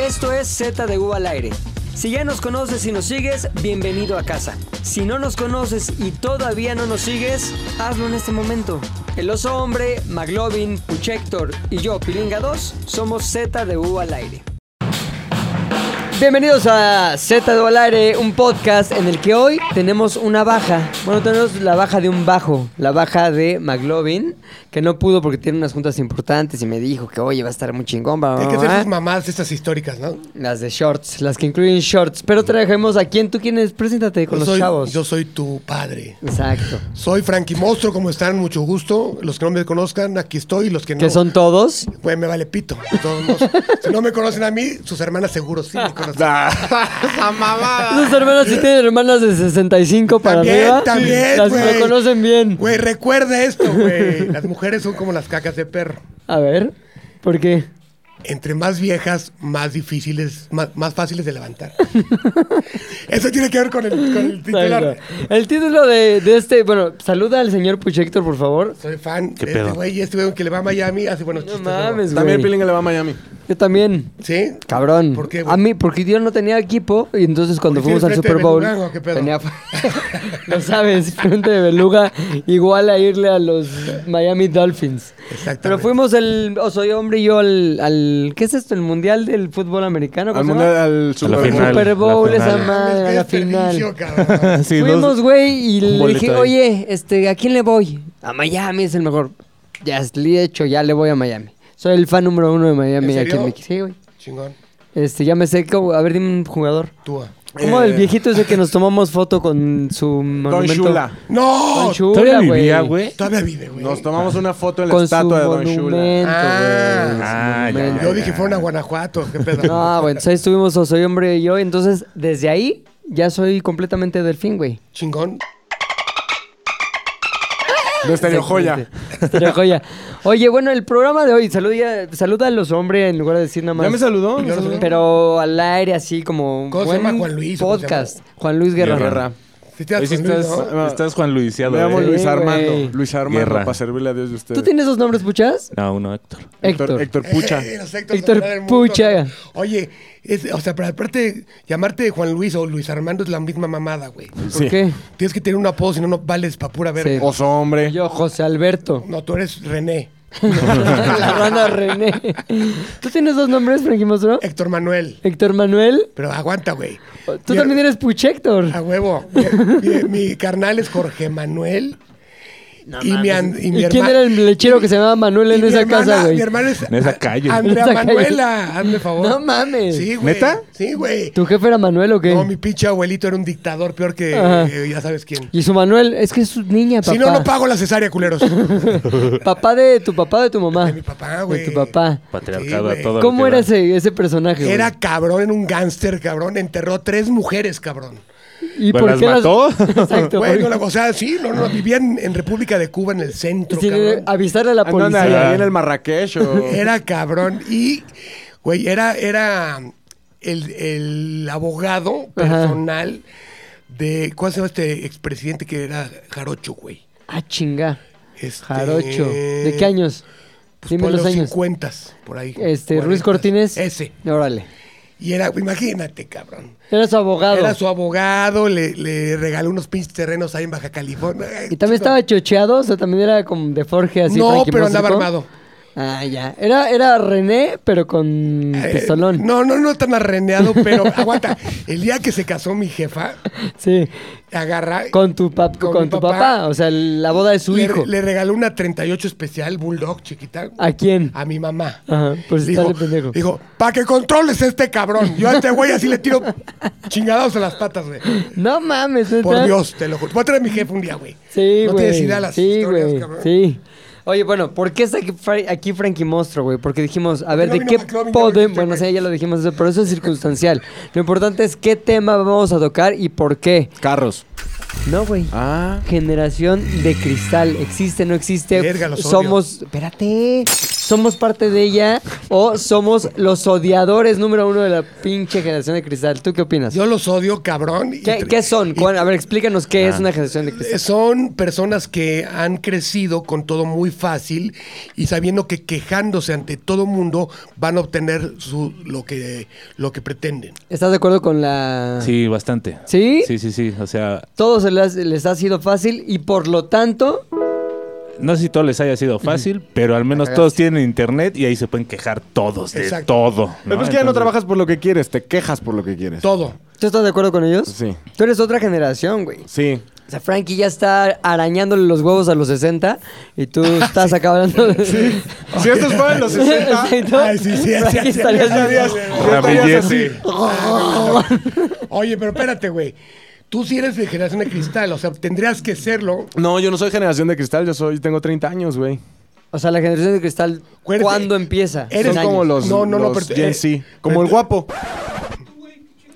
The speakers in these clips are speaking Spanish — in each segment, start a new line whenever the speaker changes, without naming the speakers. Esto es Z de U al aire. Si ya nos conoces y nos sigues, bienvenido a casa. Si no nos conoces y todavía no nos sigues, hazlo en este momento. El oso hombre, Maglovin, Puchector y yo, Pilinga 2, somos Z de U al aire. Bienvenidos a Z de U al aire, un podcast en el que hoy tenemos una baja. Bueno, tenemos la baja de un bajo, la baja de Maglovin, que no pudo porque tiene unas juntas importantes y me dijo que oye va a estar muy chingón. bla, bla,
Hay que hacer
bla.
sus mamadas estas históricas, ¿no?
Las de shorts, las que incluyen shorts. Pero trajemos a quien tú quieres. Preséntate con
yo,
los
soy,
chavos.
yo soy tu padre.
Exacto.
Soy Frankie Monstruo, como están? Mucho gusto. Los que no me conozcan, aquí estoy. Los que no,
Que son todos.
Güey, me vale pito. De todos modos. si no me conocen a mí, sus hermanas seguro sí me conocen.
Esa mamada.
Sus hermanas sí tienen hermanas de 65 para
Ah. También,
arriba.
también,
Las
güey.
que conocen bien.
Güey, recuerda esto, güey. Las mujeres son como las cacas de perro.
A ver, ¿por qué?
Entre más viejas, más difíciles, más, más fáciles de levantar. Eso tiene que ver con el, con el titular.
Exacto. El título de, de este. Bueno, saluda al señor Puchector, por favor.
Soy fan de este
pedo?
güey y este güey que le va a Miami hace buenos
No
chistes.
Pues,
mames,
También
güey.
Pilinga le va a Miami.
Yo también.
¿Sí?
Cabrón.
¿Por qué, güey?
A mí, porque yo no tenía equipo y entonces cuando
Porque
fuimos al
tienes
Super
frente de
Bowl.
Beluga, ¿o qué pedo?
Tenía. lo sabes, frente de Beluga, igual a irle a los Miami Dolphins.
Exactamente.
Pero fuimos el. O soy hombre y yo al, al- ¿Qué es esto? ¿El Mundial del Fútbol Americano? ¿Cómo se
Al
llama?
mundial, al
la
Super Bowl.
final.
Super
la
Bowl, esa
final.
madre, a la
Este
final.
final.
Sí,
Fuimos,
dos-
güey, y
un
le
boleto
dije,
ahí.
oye, este, ¿a quién le voy? A Miami es el mejor. Ya, es hecho, ya le voy a Miami. Soy el fan número uno de Miami
¿En
aquí en
serio?
México. Sí, güey.
Chingón.
Este, ya me sé, cómo- a ver, dime un jugador.
Tú.
¿Cómo
Eh.
el viejito ese que nos tomamos foto con su
Don
monumento?
Shula.
¡No!
Don Shula,
Todavía vivía, güey.
Todavía vive, güey.
Nos tomamos una foto en la
Con su
estatua de Don Shula.
monumento,
Ah.
güey.
Ah,
Su
ya,
monumento.
Yo dije, fueron a Guanajuato. ¿Qué pedo?
No, güey, entonces Ah, pues ahí estuvimos o soy hombre y yo. Entonces, desde ahí, ya soy completamente delfín, güey.
Chingón.
De Estereo Joya.
Estaría joya. Oye, bueno, el programa de hoy, saluda, saluda a los hombres en lugar de decir nada más.
¿Ya me saludó?
Yo no sé.
Pero al aire, así como.
¿Cómo se
buen
llama Juan Luis, o cómo se
Podcast. Juan Luis Guerra.
Guerra.
Si te das
Hoy sí
conmigo,
estás,
¿no?
¿no?
estás Juan Luisiado.
Me llamo
¿eh?
Sí,
Luis Armando.
güey.
Luis Armando,
Guerra.
para servirle a Dios de ustedes.
¿Tú tienes esos nombres, puchas?
No, uno Héctor.
Héctor.
Héctor Pucha.
Eh, los Héctor
Héctor
Fernández del mundo.
Pucha.
Oye, es- o sea, pero aparte, llamarte Juan Luis o Luis Armando es la misma mamada, güey.
¿Por
Sí.
qué?
Tienes que tener un apodo, si no, no vales para pura verga.
Sí.
Oso hombre.
Yo, José Alberto.
No, tú eres René.
La banda René. ¿Tú tienes dos nombres, Frankie Monstruo?
Héctor Manuel.
Héctor Manuel.
Pero aguanta, güey.
Tú también eres Puchector.
A huevo. Mi, mi- mi carnal es Jorge Manuel. y, mi, an- y mi
¿Y quién
herma-
era el lechero que se llamaba Manuel
y
en
mi
esa
hermana-
casa, güey?
Mi hermano es
En esa calle.
Andrea
En esa calle.
Manuela, hazme favor.
No mames.
Sí, güey.
¿Neta?
Sí, güey.
¿Tu jefe era Manuel o qué?
No, mi pinche abuelito era un dictador peor que
Ajá.
eh, ya sabes quién.
Y su Manuel, es que es su niña, papá.
Si no, no pago la cesárea, culeros. De
Papá de tu papá o de tu mamá.
mi papá, güey.
De tu papá.
Sí,
Patriarcado
güey.
a todo. lo
¿Cómo
que
era
da.
ese, ese personaje? güey?
Era cabrón, era un gángster, cabrón. Enterró tres mujeres, cabrón.
¿Y
¿Pero las mató?
Exacto.
Güey, no,
por-
la- o sea, sí, no, no, vivían en República de Cuba, en el centro,
sin
cabrón.
avisarle a la
¿Andan Ah, ahí,
policía.
ahí en el Marrakech o...?
Era cabrón. Y, güey, era, era el, el abogado personal de. ¿Cuál se llama este expresidente que era Jarocho, güey?
Ah, chinga.
Este,
Jarocho. ¿De qué años?
Pues
Dime
ponle
los años.
50, por ahí.
Este, Ruiz
40.
Cortines.
Ese.
Órale.
Y era, imagínate, cabrón.
Era su abogado.
Era su abogado, le, le regaló unos pinches terrenos ahí en Baja California. Ay,
Y también
chico.
estaba chocheado, o sea, también era como de Forge así.
No,
Frankie
pero andaba
Monstruo.
armado.
Ah, ya. Era, era René, pero con
Eh,
pistolón.
No, no, no tan arreneado, pero aguanta. El día que se casó mi jefa,
Sí.
agarra.
Con tu, pap con
Con mi
tu papá.
papá.
o sea, la boda de su
le,
hijo.
le regaló una 38 especial Bulldog chiquita
¿A quién?
a mi mamá.
Ajá, pues
Ah, Le
está de pendejo.
Dijo, para que controles a este cabrón. Yo a este güey así le tiro chingados a las patas, güey.
No mames, ¿neta?
Por Dios, te lo juro. Voy a traer a mi jefe un día, güey.
Sí, güey.
No tienes idea las
sí,
historias,
güey,
cabrón.
Sí. Oye, bueno, ¿por qué está aquí, Fra- aquí Frankie Monstruo, güey? Porque dijimos, a ver,
no
¿de
vino
qué
McLovin, ya lo
podemos...?
dijiste,
Bueno,
güey.
sí, ya lo dijimos eso, pero eso es circunstancial. Lo importante es qué tema vamos a tocar y por qué.
Carros.
No, güey.
Ah.
Generación de cristal. ¿Existe, no existe?
Verga, los odio.
Somos... Espérate. somos parte de ella o somos los odiadores número uno de la pinche generación de cristal. ¿Tú qué opinas?
Yo los odio, cabrón. y
¿Qué,
tre-
qué son? Juan? A ver, explícanos qué es una generación de cristal.
Son personas que han crecido con todo muy fácil y sabiendo que quejándose ante todo mundo van a obtener su, lo, que, lo que pretenden.
¿Estás de acuerdo con la...?
Sí, bastante.
¿Sí?
Sí, sí, sí. O sea,
Todos se les, les ha sido fácil y por lo tanto...
no sé si todo les haya sido fácil, pero al menos todos tienen internet y ahí se pueden quejar todos de
Exacto.
todo. ¿no?
Pero es que ya no
Entonces-
trabajas por lo que quieres, te quejas por lo que quieres.
Todo.
¿Tú estás de acuerdo con ellos?
Sí.
Tú eres otra generación, güey.
Sí.
O sea, Frankie ya está arañándole los huevos a los 60 y tú estás acabando de... Sí.
Si esto es para los 60,
Ay, sí, sí,
Frankie
sí, sí,
estaría
sí,
así.
estarías,
La
estarías así.
belleza.
Oye, pero espérate, güey. Tú sí eres de generación de cristal, o sea, tendrías que serlo.
No, yo no soy generación de cristal, yo soy, tengo 30 años, güey.
O sea, la generación de cristal,
Acuérdate,
¿cuándo empieza?
eres
En
Son como
años.
los,
No, no, no,
los
pero-
Gen
eh,
Z, como el guapo.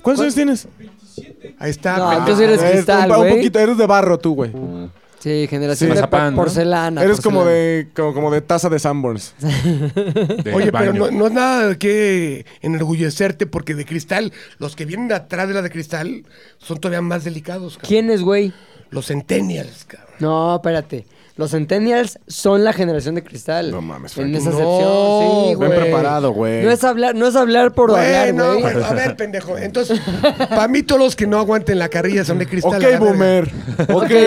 ¿Cuántos años tienes?
Ahí está.
No,
pero-
entonces eres
Eh,
cristal,
un pa- un,
güey.
poquito, eres de barro tú, güey.
Sí, generación
Sí.
de
Mazapán,
por-
¿no?
porcelana.
Eres como
porcelana.
de, como, como de taza de Sanborns.
del
Oye, pero
baño.
no, no es nada de que enorgullecerte porque de cristal, los que vienen atrás de la de cristal son todavía más delicados, cabrón.
¿Quién es, güey?
Los centennials, cabrón.
No, espérate. Los Centennials son la generación de cristal.
No mames,
En
Frankie.
esa
No,
sección, sí,
ven
güey.
preparado, güey.
No es hablar, no es hablar por hablar,
Bueno,
güey.
bueno, a ver, pendejo. Entonces, para mí todos los que no aguanten la carrilla son de cristal.
Ok,
a la verga.
boomer.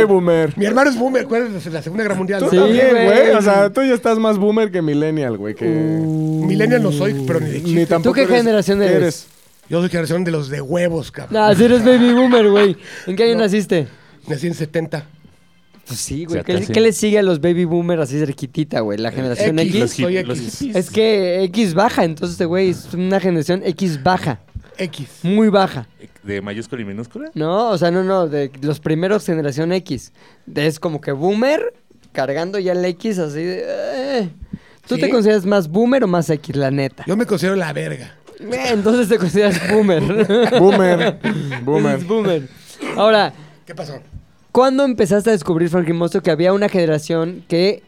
Ok, boomer.
Mi hermano es boomer, acuérdate de la Segunda Guerra Mundial.
Tú
¿no?
Sí,
también,
güey.
güey. O sea, tú ya estás más boomer que millennial, güey. Que...
Millennial no soy, pero
Mm,
ni de chiste.
tampoco
Uh. qué generación eres?
Yo soy generación de los de huevos, cabrón.
No, si eres baby boomer, güey. ¿En qué año naciste?
Nací en 70.
Pues sí, güey.
Sí,
¿Qué,
acá sí.
qué le sigue a los baby boomer así cerquitita, güey? La generación X.
Los
X, soy
hip- los
X.
hippies.
Es que X baja, entonces, este güey, es una generación X baja.
X.
Muy baja.
¿De mayúscula y minúscula?
No, o sea, no, no, de los primeros generación X. De- es como que boomer cargando ya el X así de... eh. ¿Tú
Sí.
te consideras más boomer o más X, la neta?
Yo me considero la verga.
Eh, Entonces te consideras boomer.
Boomer. Boomer.
Eres boomer. Ahora,
¿Qué pasó?
¿cuándo empezaste a descubrir, Frankie Monstro, que había una generación que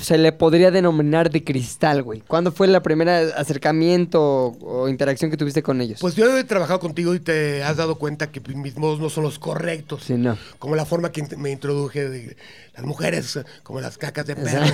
se le podría denominar de cristal, güey? ¿Cuándo fue el primer acercamiento o, o interacción que tuviste con ellos?
Pues yo he trabajado contigo y te has dado cuenta que mis modos no son los correctos.
Sí, no.
Como la forma que int- me introduje de las mujeres, como las cacas de perro.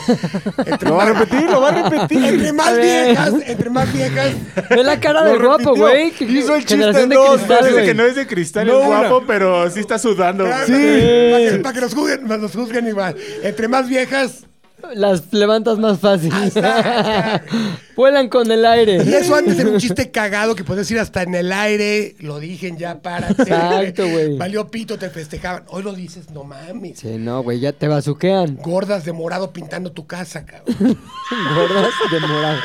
Entre
Lo va a
más-
repetir, lo va a repetir.
Entre más
A ver.
viejas, entre más viejas.
Ve la cara
Lo
del guapo,
repitió.
güey. que-
Hizo el chiste
generación de
dos
cristal,
veces
Dice
güey.
que no es de cristal
No,
el
una.
guapo, pero sí está sudando.
Para que, pa' que nos juzguen, nos juzguen igual. Entre más viejas.
Las levantas más fácil. Vuelan con el
Y
aire.
eso antes era un chiste cagado que puedes ir hasta en el aire. Lo dije en ya, párate.
Exacto, güey.
Valió pito, te festejaban. Hoy lo dices, no mames.
Sí, no, güey, ya te bazuquean.
Gordas de morado pintando tu casa, cabrón.
Gordas de morado.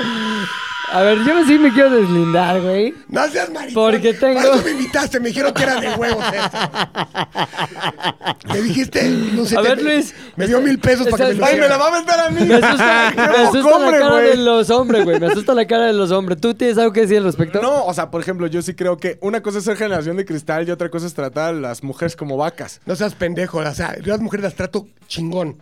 A ver, yo sí me quiero deslindar, güey.
No seas maricón.
Porque tengo-
Para eso me invitaste, me dijeron que era de huevos esto. Me dijiste, no sé.
A
te-
ver, Luis.
Me dio mil pesos para que me lo
Ay,
Ay, me la
hicieran.
va a aventar a mí.
Me asusta, me
Qué
asusta
mocombre,
la cara
güey.
de los hombres, güey. Me asusta la cara de los hombres. ¿Tú tienes algo que decir al respecto?
No, o sea, por ejemplo, yo sí creo que una cosa es ser generación de cristal y otra cosa es tratar a las mujeres como vacas.
No seas pendejo. O sea, yo a las mujeres las trato chingón.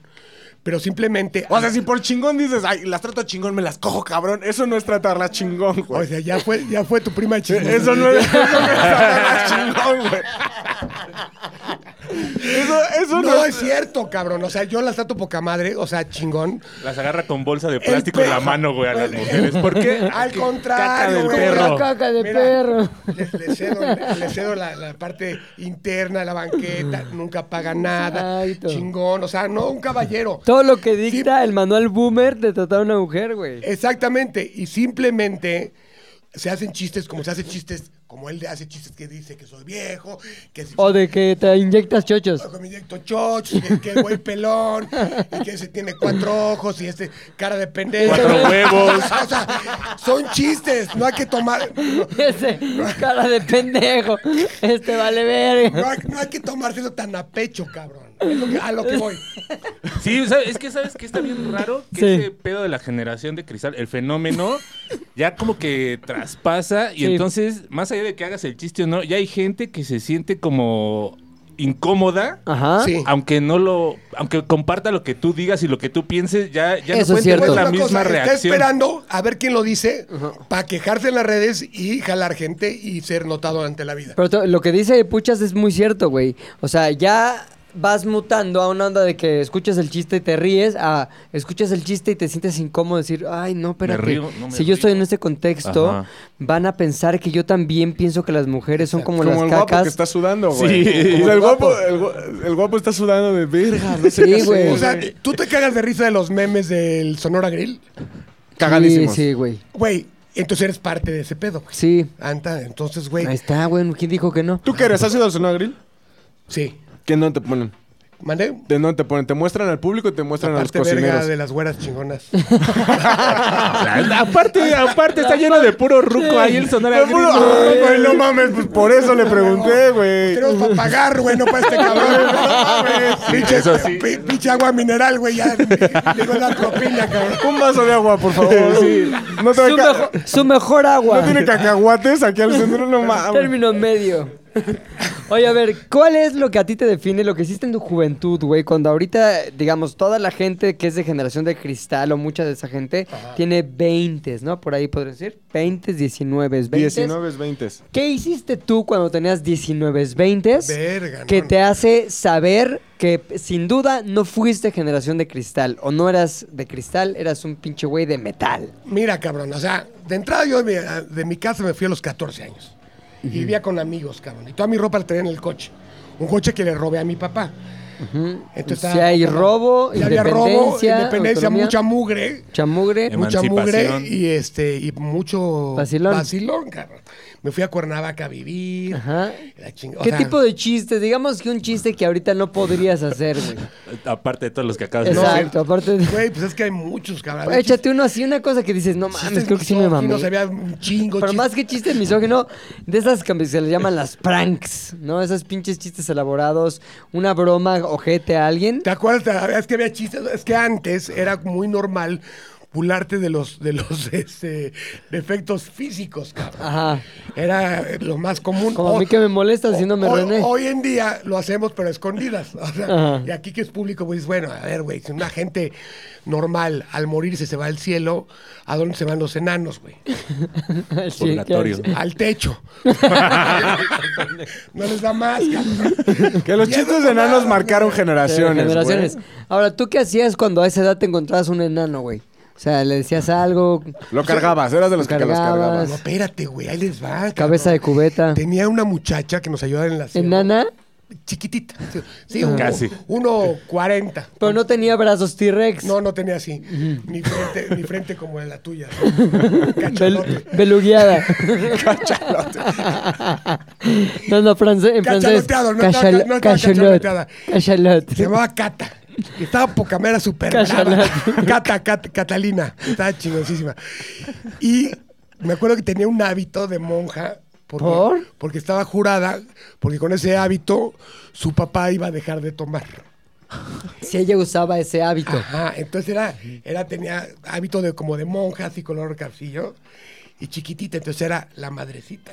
Pero simplemente.
O sea, si por chingón dices, ay, las trato chingón, me las cojo, cabrón. Eso no es tratarlas chingón,
O
güey.
sea, ya fue, ya fue tu prima chismosa.
Eso no es, eso no es tratarlas chingón, güey. Eso, eso no,
No es
es.
cierto, cabrón. O sea, yo las trato poca madre, o sea, chingón.
Las agarra con bolsa de plástico en la
perro.
mano, güey, a las mujeres. ¿Por qué?
Al
Qué
contrario,
caca del
güey.
perro.
Caca de
Mira,
perro.
Les, les cedo, les cedo la, la parte interna, la banqueta, nunca paga nada.
Exacto.
Chingón, o sea, no un caballero.
Todo lo que dicta el manual boomer de tratar a una mujer, güey.
Exactamente, y simplemente se hacen chistes como se hacen chistes, como él hace chistes que dice que soy viejo, que si
O de que te inyectas chochos.
que me inyecto chochos, que, que el güey pelón, y que ese tiene cuatro ojos y este cara de pendejo.
Cuatro huevos.
O sea, son chistes, no hay que tomar. no-
Ese, cara de pendejo. Este vale
No
verga.
hay, no hay que tomárselo tan a pecho, cabrón. Es lo que- a lo que voy.
Sí, o sea, es que sabes que está bien raro que
Sí.
ese pedo de la generación de cristal, el fenómeno, ya como que traspasa y
Sí.
entonces, más allá de que hagas el chiste o no, ya hay gente que se siente como incómoda,
Ajá.
Sí.
aunque no lo, aunque comparta lo que tú digas y lo que tú pienses, ya, ya
Eso
no
es
pues
cuenta
cierto.
con la
Una cosa,
misma
está
reacción.
esperando a ver quién lo dice para quejarse en las redes y jalar gente y ser notado ante la vida.
Pero to- lo que dice Puchas es muy cierto, güey. O sea, ya vas mutando a una onda de que escuchas el chiste y te ríes, a escuchas el chiste y te sientes incómodo decir, ay, no, espérate.
río, no me
si yo
río".
estoy en este contexto,
Ajá.
van a pensar que yo también pienso que las mujeres son como,
Como el
las
guapo
cacas.
que está sudando, güey.
Sí.
O sea,
Como el
el guapo,
guapo.
el, gu- el guapo está sudando de verga. No sé
Sí,
qué hacer,
güey.
O sea, tú te cagas de risa de los memes del Sonora Grill.
Sí,
Cagadísimos.
sí, güey.
Güey, entonces eres parte de ese pedo, güey.
Sí.
Anta, entonces,
Ahí
güey.
está, güey. ¿Quién dijo que no?
¿Tú qué eres? ¿Has ido al Sonora Grill?
Sí.
¿Qué no te ponen?
¿Mande?
¿De dónde te ponen? ¿Te muestran al público y te muestran a los
Parte verga
cocineros?
de las güeras chingonas.
aparte, aparte está lleno de puro ruco ahí el sonar.
Te juro- Ay, güey, no mames, pues por eso le pregunté, güey.
Tenemos para pagar, güey, no para este cabrón. No mames. Pinche,
eso sí.
pi- pinche agua mineral, güey, ya. Digo la propina, cabrón.
Un vaso de agua, por favor. Sí. No
Su,
trae ca-
mejo- su mejor agua.
no tiene cacahuates aquí al centro, no mames.
Término medio. Oye, a ver, ¿cuál es lo que a ti te define, lo que hiciste en tu juventud, güey? Cuando ahorita, digamos, toda la gente que es de generación de cristal o mucha de esa gente tiene 20, ¿no? Por ahí podría decir. 20, 19, 20.
19, 20.
¿Qué hiciste tú cuando tenías 19, 20?
Verga,
Que
no,
te hace saber que sin duda no fuiste generación de cristal o no eras de cristal, eras un pinche güey de metal.
Mira, cabrón, o sea, de entrada yo de mi, de mi casa me fui a los 14 años. Y vivía con amigos, cabrón. Y toda mi ropa la tenía en el coche. Un coche que le robé a mi papá.
Si
estaba-
hay robo,
Ya había robo,
independencia,
independencia,
autonomía.
mucha mugre.
Chamugre.
Mucha mugre
Emancipación.
y este y mucho
Vacilón.
vacilón, cabrón. Me fui a Cuernavaca a vivir.
Ajá.
La ching- o
¿Qué
sea,
tipo de chistes? Digamos que un chiste que ahorita no podrías hacer, güey.
Aparte de todos los que acabas de decir.
Exacto, aparte de-
Güey, pues es que hay muchos, cabrón.
Échate uno así, una cosa que dices, no mames, creo que sí me mamé.
No sabía un chingo.
Pero
chis-
más que chiste misógino, de esas que se le llaman las pranks, ¿no? Esos pinches chistes elaborados, una broma, ojete a alguien.
¿Te acuerdas? Es que había chistes. Es que antes era muy normal burlarte de los de los este, defectos físicos, cabrón.
Ajá.
Era eh, lo más común.
Como a mí
O-
que me molesta haciéndome
Hoy,
René.
hoy en día lo hacemos, pero a escondidas. O sea,
Ajá.
y aquí que es público, pues bueno, a ver, güey, si una gente normal al morirse se va al cielo, ¿a dónde se van los enanos, güey?
Sí, que-
Purgatorio.
Al techo. no les da más, cabrón.
Que los chistes de enanos marcaron generaciones.
Generaciones.
güey.
Ahora, ¿tú qué hacías cuando a esa edad te encontrabas un enano, güey? O sea, le decías algo,
Lo cargabas, eras de los que los
Cargabas.
cargabas.
No, espérate, güey, ahí les va. cabrón.
cabeza de cubeta.
Tenía una muchacha que nos ayudaba en la ciudad.
Enana,
Chiquitita. Sí, Sí, uno-
Casi.
Uno cuarenta.
pero no tenía brazos T-Rex.
No, no tenía así. Ni frente, ni frente como la tuya.
Bel-
Cachalote.
belugueada. no, no, francés, en francés.
Cachaloteado, no estaba-
Cachalo-
no estaba
cachalot.
cachaloteada.
Cachalot.
Se llamaba Cata. Y Estaba pocamera super
Cachalot.
Cata, Cata, Catalina. Estaba chingosísima. Y me acuerdo que tenía un hábito de monja. Porque,
¿Por?
Porque estaba jurada, porque con ese hábito su papá iba a dejar de tomar.
Si ella usaba ese hábito.
Ajá, entonces era, era, tenía hábito de como de monja, así color cafillo, y chiquitita, entonces era la madrecita.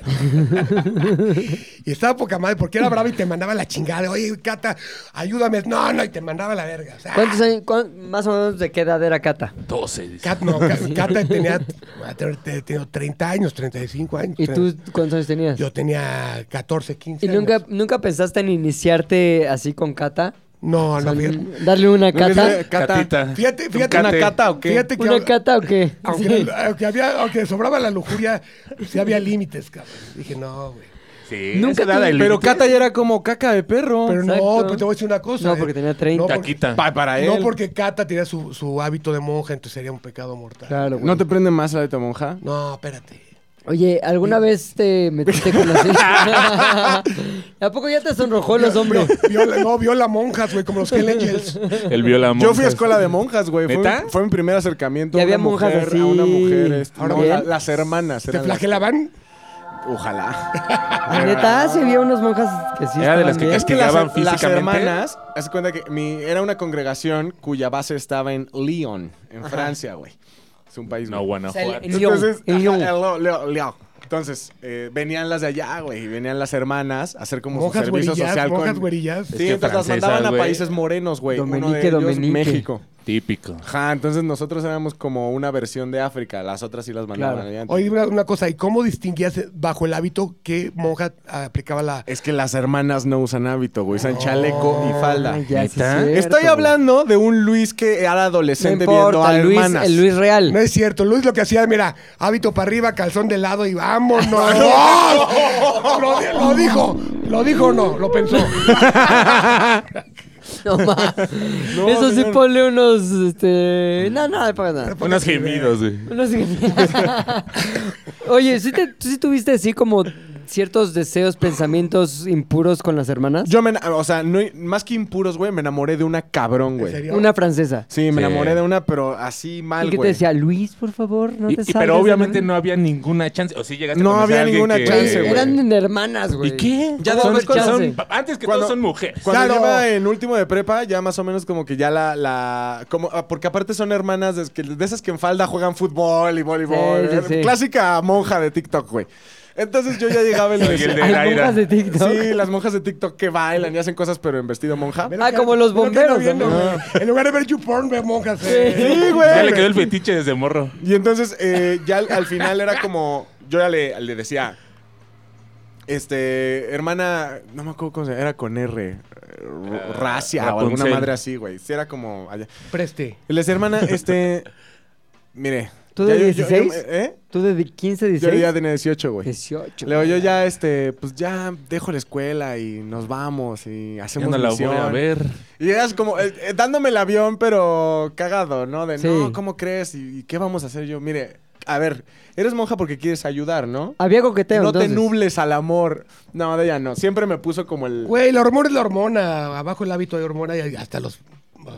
y estaba poca madre, porque era brava y te mandaba la chingada, de, oye, Cata, ayúdame, no, no, y te mandaba la verga. o sea,
¿Cuántos años, cuán- más o menos de qué edad era Cata?
12. dice.
Cat, no, Ca- Cata tenía, ha de haber te- tenido 30 años, 35 años.
¿Y tú cuántos años tenías?
Yo tenía 14, 15
¿Y nunca,
años.
nunca pensaste en iniciarte así con Cata?
No, no,
O sea,
fíjate.
¿Darle una
Cata,
Cata?
cata.
Catita.
Fíjate,
Un
fíjate.
cate.
Fíjate que
¿Una
ahora-
Cata o qué?
Aunque, aunque había, aunque sobraba la lujuria, sí había límites, cabrón. Dije, no, güey.
Sí,
Nunca
esa edad
tuve-
del
Pero
límite.
Cata ya era como caca de perro.
Pero
Exacto.
no, pues te voy a decir una cosa.
No,
eh.
porque tenía 30.
No, porque,
Taquita.
Pa- para él.
no, porque Cata tenía su, su hábito de monja, entonces sería un pecado mortal.
Claro, güey.
¿No te prende más la de tu monja?
No, espérate.
Oye, ¿alguna vez te metiste con la silla? ¿A poco ya te sonrojó los hombros?
Viola, no, viola monjas, güey, como los Hell Angels.
El viola
Yo fui a
monjas.
escuela de monjas, güey. Fue,
¿Neta?
mi- fue mi primer acercamiento
Y
a
había
una
monjas
mujer,
así.
a una mujer. este,
Ahora
no,
bien.
la- las hermanas.
¿Te
eran las-
flagelaban?
Ojalá.
La Ah,
Ah.
neta, se había unas monjas que sí
Era de
estaban
las que
bien.
Es que las,
¿Castigaban
las
físicamente?
hermanas, haz de cuenta que mi, era una congregación cuya base estaba en Lyon, en Francia, güey. Es un país,
No,
güey.
O sea, el-
Guanajuato.
el León,
Entonces,
el
ajá,
León.
el Leo- Leo- Leo. Entonces, eh, venían las de allá, güey, y venían las hermanas a hacer como
Monjas
su servicio
güerillas,
social
monjas
con...
güerillas.
Sí,
Es que
entonces las
francesas,
mandaban
güey.
a países morenos, güey. Uno de
Dominique,
ellos,
Dominique.
México.
Típico.
Ajá, entonces nosotros éramos como una versión de África, las otras sí las mandaban
Claro.
allá.
Oye, dime una, una cosa, ¿y cómo distinguías eh, bajo el hábito qué monja aplicaba la...
Es que las hermanas no usan hábito, güey, usan chaleco y falda.
Ah, ya, sí
¿Neta?
es cierto,
Estoy
güey.
hablando de un Luis que era
No
adolescente viendo
importa,
a
el Luis,
hermanas.
el Luis Real.
No es cierto, Luis lo que hacía, mira, hábito para arriba, calzón de lado y vámonos. ¡No! lo, di- lo dijo, lo dijo o no, lo pensó.
No, ma. Eso sí ponle unos, este... No, no, no pasa nada.
Unos gemidos, güey.
No sé qué- Oye, ¿sí, te- sí tuviste así como ciertos deseos, pensamientos impuros con las hermanas?
Yo me, ena- o sea, no- más que impuros, güey, me enamoré de una cabrón, güey.
serio?
Una francesa.
Sí, me
Sí.
enamoré de una, pero así mal,
¿Y qué te
güey.
decía? Luis, por favor, no
Y-
te
y-
salgas
pero
de
obviamente
la-
no había ninguna chance. O sí llegaste
No
a conocer
había
a alguien
ninguna
que-
Güey,
chance, güey.
Eran hermanas, güey.
¿Y qué?
Ya
Son-
después
son-
chance.
pa- antes que
Cuando-
todos son mujeres.
Cuando
Claro.
lleva en último de prepa, ya más o menos como que ya la... la como, ah, porque aparte son hermanas de, que- de esas que en falda juegan fútbol y voleibol.
Sí, sí, sí.
Clásica monja de TikTok, güey. Entonces yo ya llegaba y le
Oye, el
decía-
de la
Hay
ira.
monjas de TikTok.
Sí, las monjas de TikTok que bailan y hacen cosas, pero en vestido monja.
Ve
Ah,
que-
como los
ve que anda
bomberos,
viendo,
¿no?
güey. En lugar de ver YouPorn, ve monjas. eh.
Sí, güey.
Ya le quedó el fetiche desde morro.
Y entonces, eh, ya al, al final era como. Yo ya le, le decía. Este, hermana, no me acuerdo cómo se era con R. eh, Ru- Racia o alguna
Ah, Rapunzel.
madre así, güey. Sí, era como allá.
Preste.
Y le decía, hermana, este. Mire.
¿Tú
ya
de
yo- yo- yo-
16?
¿Eh?
Tú de 15,
Yo
16.
ya tenía 18, güey.
18.
Leo, yo ya, este, pues ya dejo la escuela y nos vamos y hacemos
no la voy
misión.
a ver.
Y eras como eh, eh, dándome el avión, pero cagado, ¿no? De
Sí.
no, ¿cómo crees? ¿Y, y qué vamos a hacer yo? Mire, a ver, eres monja porque quieres ayudar, ¿no?
Había coqueteo,
no
Ah, entonces.
te nubles al amor. No, de ella no. Siempre me puso como el.
Güey, la hormona es la hormona. Abajo el hábito de hormona y hasta los...